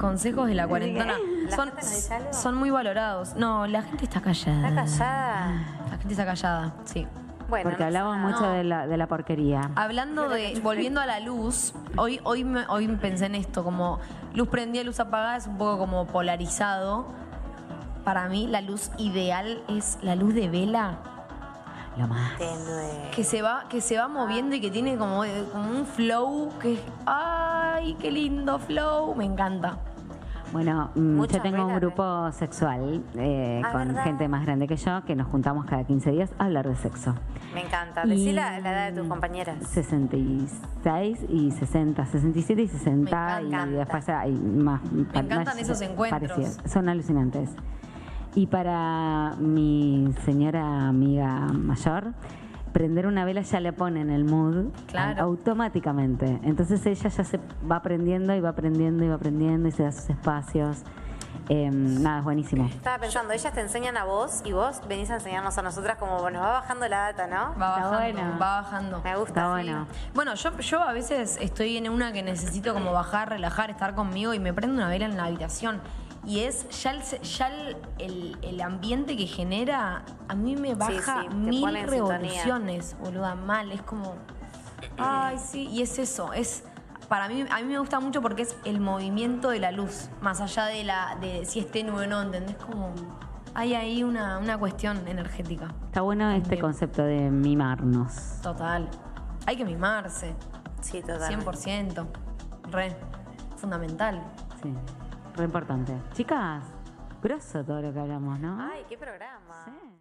Speaker 1: Consejos de la cuarentena.
Speaker 2: ¿La
Speaker 1: Son,
Speaker 2: gente nos dice algo?
Speaker 1: son muy valorados. No, la gente está callada.
Speaker 2: Está callada.
Speaker 1: La gente está callada, sí.
Speaker 2: Bueno,
Speaker 3: Porque
Speaker 2: no
Speaker 3: hablamos
Speaker 2: sé nada.
Speaker 3: mucho de la, de la porquería.
Speaker 1: Hablando de, volviendo a la luz, hoy, hoy, me- hoy pensé en esto, como luz prendida, luz apagada, es un poco como polarizado. Para mí la luz ideal es la luz de vela,
Speaker 3: Lo más.
Speaker 2: Tenue.
Speaker 1: que se va, que se va moviendo y que tiene como, eh, como un flow que es, ay, qué lindo flow, me encanta.
Speaker 3: Bueno, mm, yo
Speaker 2: Muchas
Speaker 3: tengo un
Speaker 2: velas,
Speaker 3: grupo sexual eh,
Speaker 2: Ah,
Speaker 3: con
Speaker 2: ¿verdad?
Speaker 3: gente más grande que yo que nos juntamos cada 15 días a hablar de sexo.
Speaker 2: Me encanta.
Speaker 3: Y-
Speaker 2: Decí la, la edad de tus compañeras.
Speaker 3: 66 y 60, 67 y 60
Speaker 1: Me
Speaker 3: y
Speaker 1: encanta.
Speaker 3: después hay más. Me
Speaker 1: encantan esos encuentros.
Speaker 3: Son alucinantes. Y para mi señora amiga mayor, prender una vela ya le pone en el mood
Speaker 1: Claro.
Speaker 3: au- automáticamente. Entonces ella ya se va aprendiendo y va aprendiendo y va aprendiendo y se da sus espacios. Em, nada, es buenísimo.
Speaker 2: Estaba pensando, ellas te enseñan a vos y vos venís a enseñarnos a nosotras como nos va bajando la data, ¿no?
Speaker 1: Va
Speaker 3: Está
Speaker 1: bajando,
Speaker 3: bueno.
Speaker 1: va bajando.
Speaker 2: Me gusta.
Speaker 3: Está
Speaker 2: sí.
Speaker 3: bueno.
Speaker 1: Bueno, yo, yo a veces estoy en una que necesito como bajar, relajar, estar conmigo y me prendo una vela en la habitación. Y es ya el, se- ya el, el- el ambiente que genera, a mí me baja
Speaker 2: sí, te
Speaker 1: mil
Speaker 2: pone en sintonía.
Speaker 1: revoluciones, boluda, mal. Es como, ay, sí, y es eso, es... Para mí, a mí me gusta mucho porque es el movimiento de la luz, más allá de la de si es tenue o no, ¿entendés? Como hay ahí una, una cuestión energética.
Speaker 3: Está bueno este concepto de mimarnos.
Speaker 1: Total. Hay que mimarse.
Speaker 2: Sí, total.
Speaker 1: 100%. Re. Fundamental.
Speaker 3: Sí, re importante. Chicas, grosso todo lo que hablamos, ¿no?
Speaker 2: Ay, qué programa.
Speaker 3: Sí.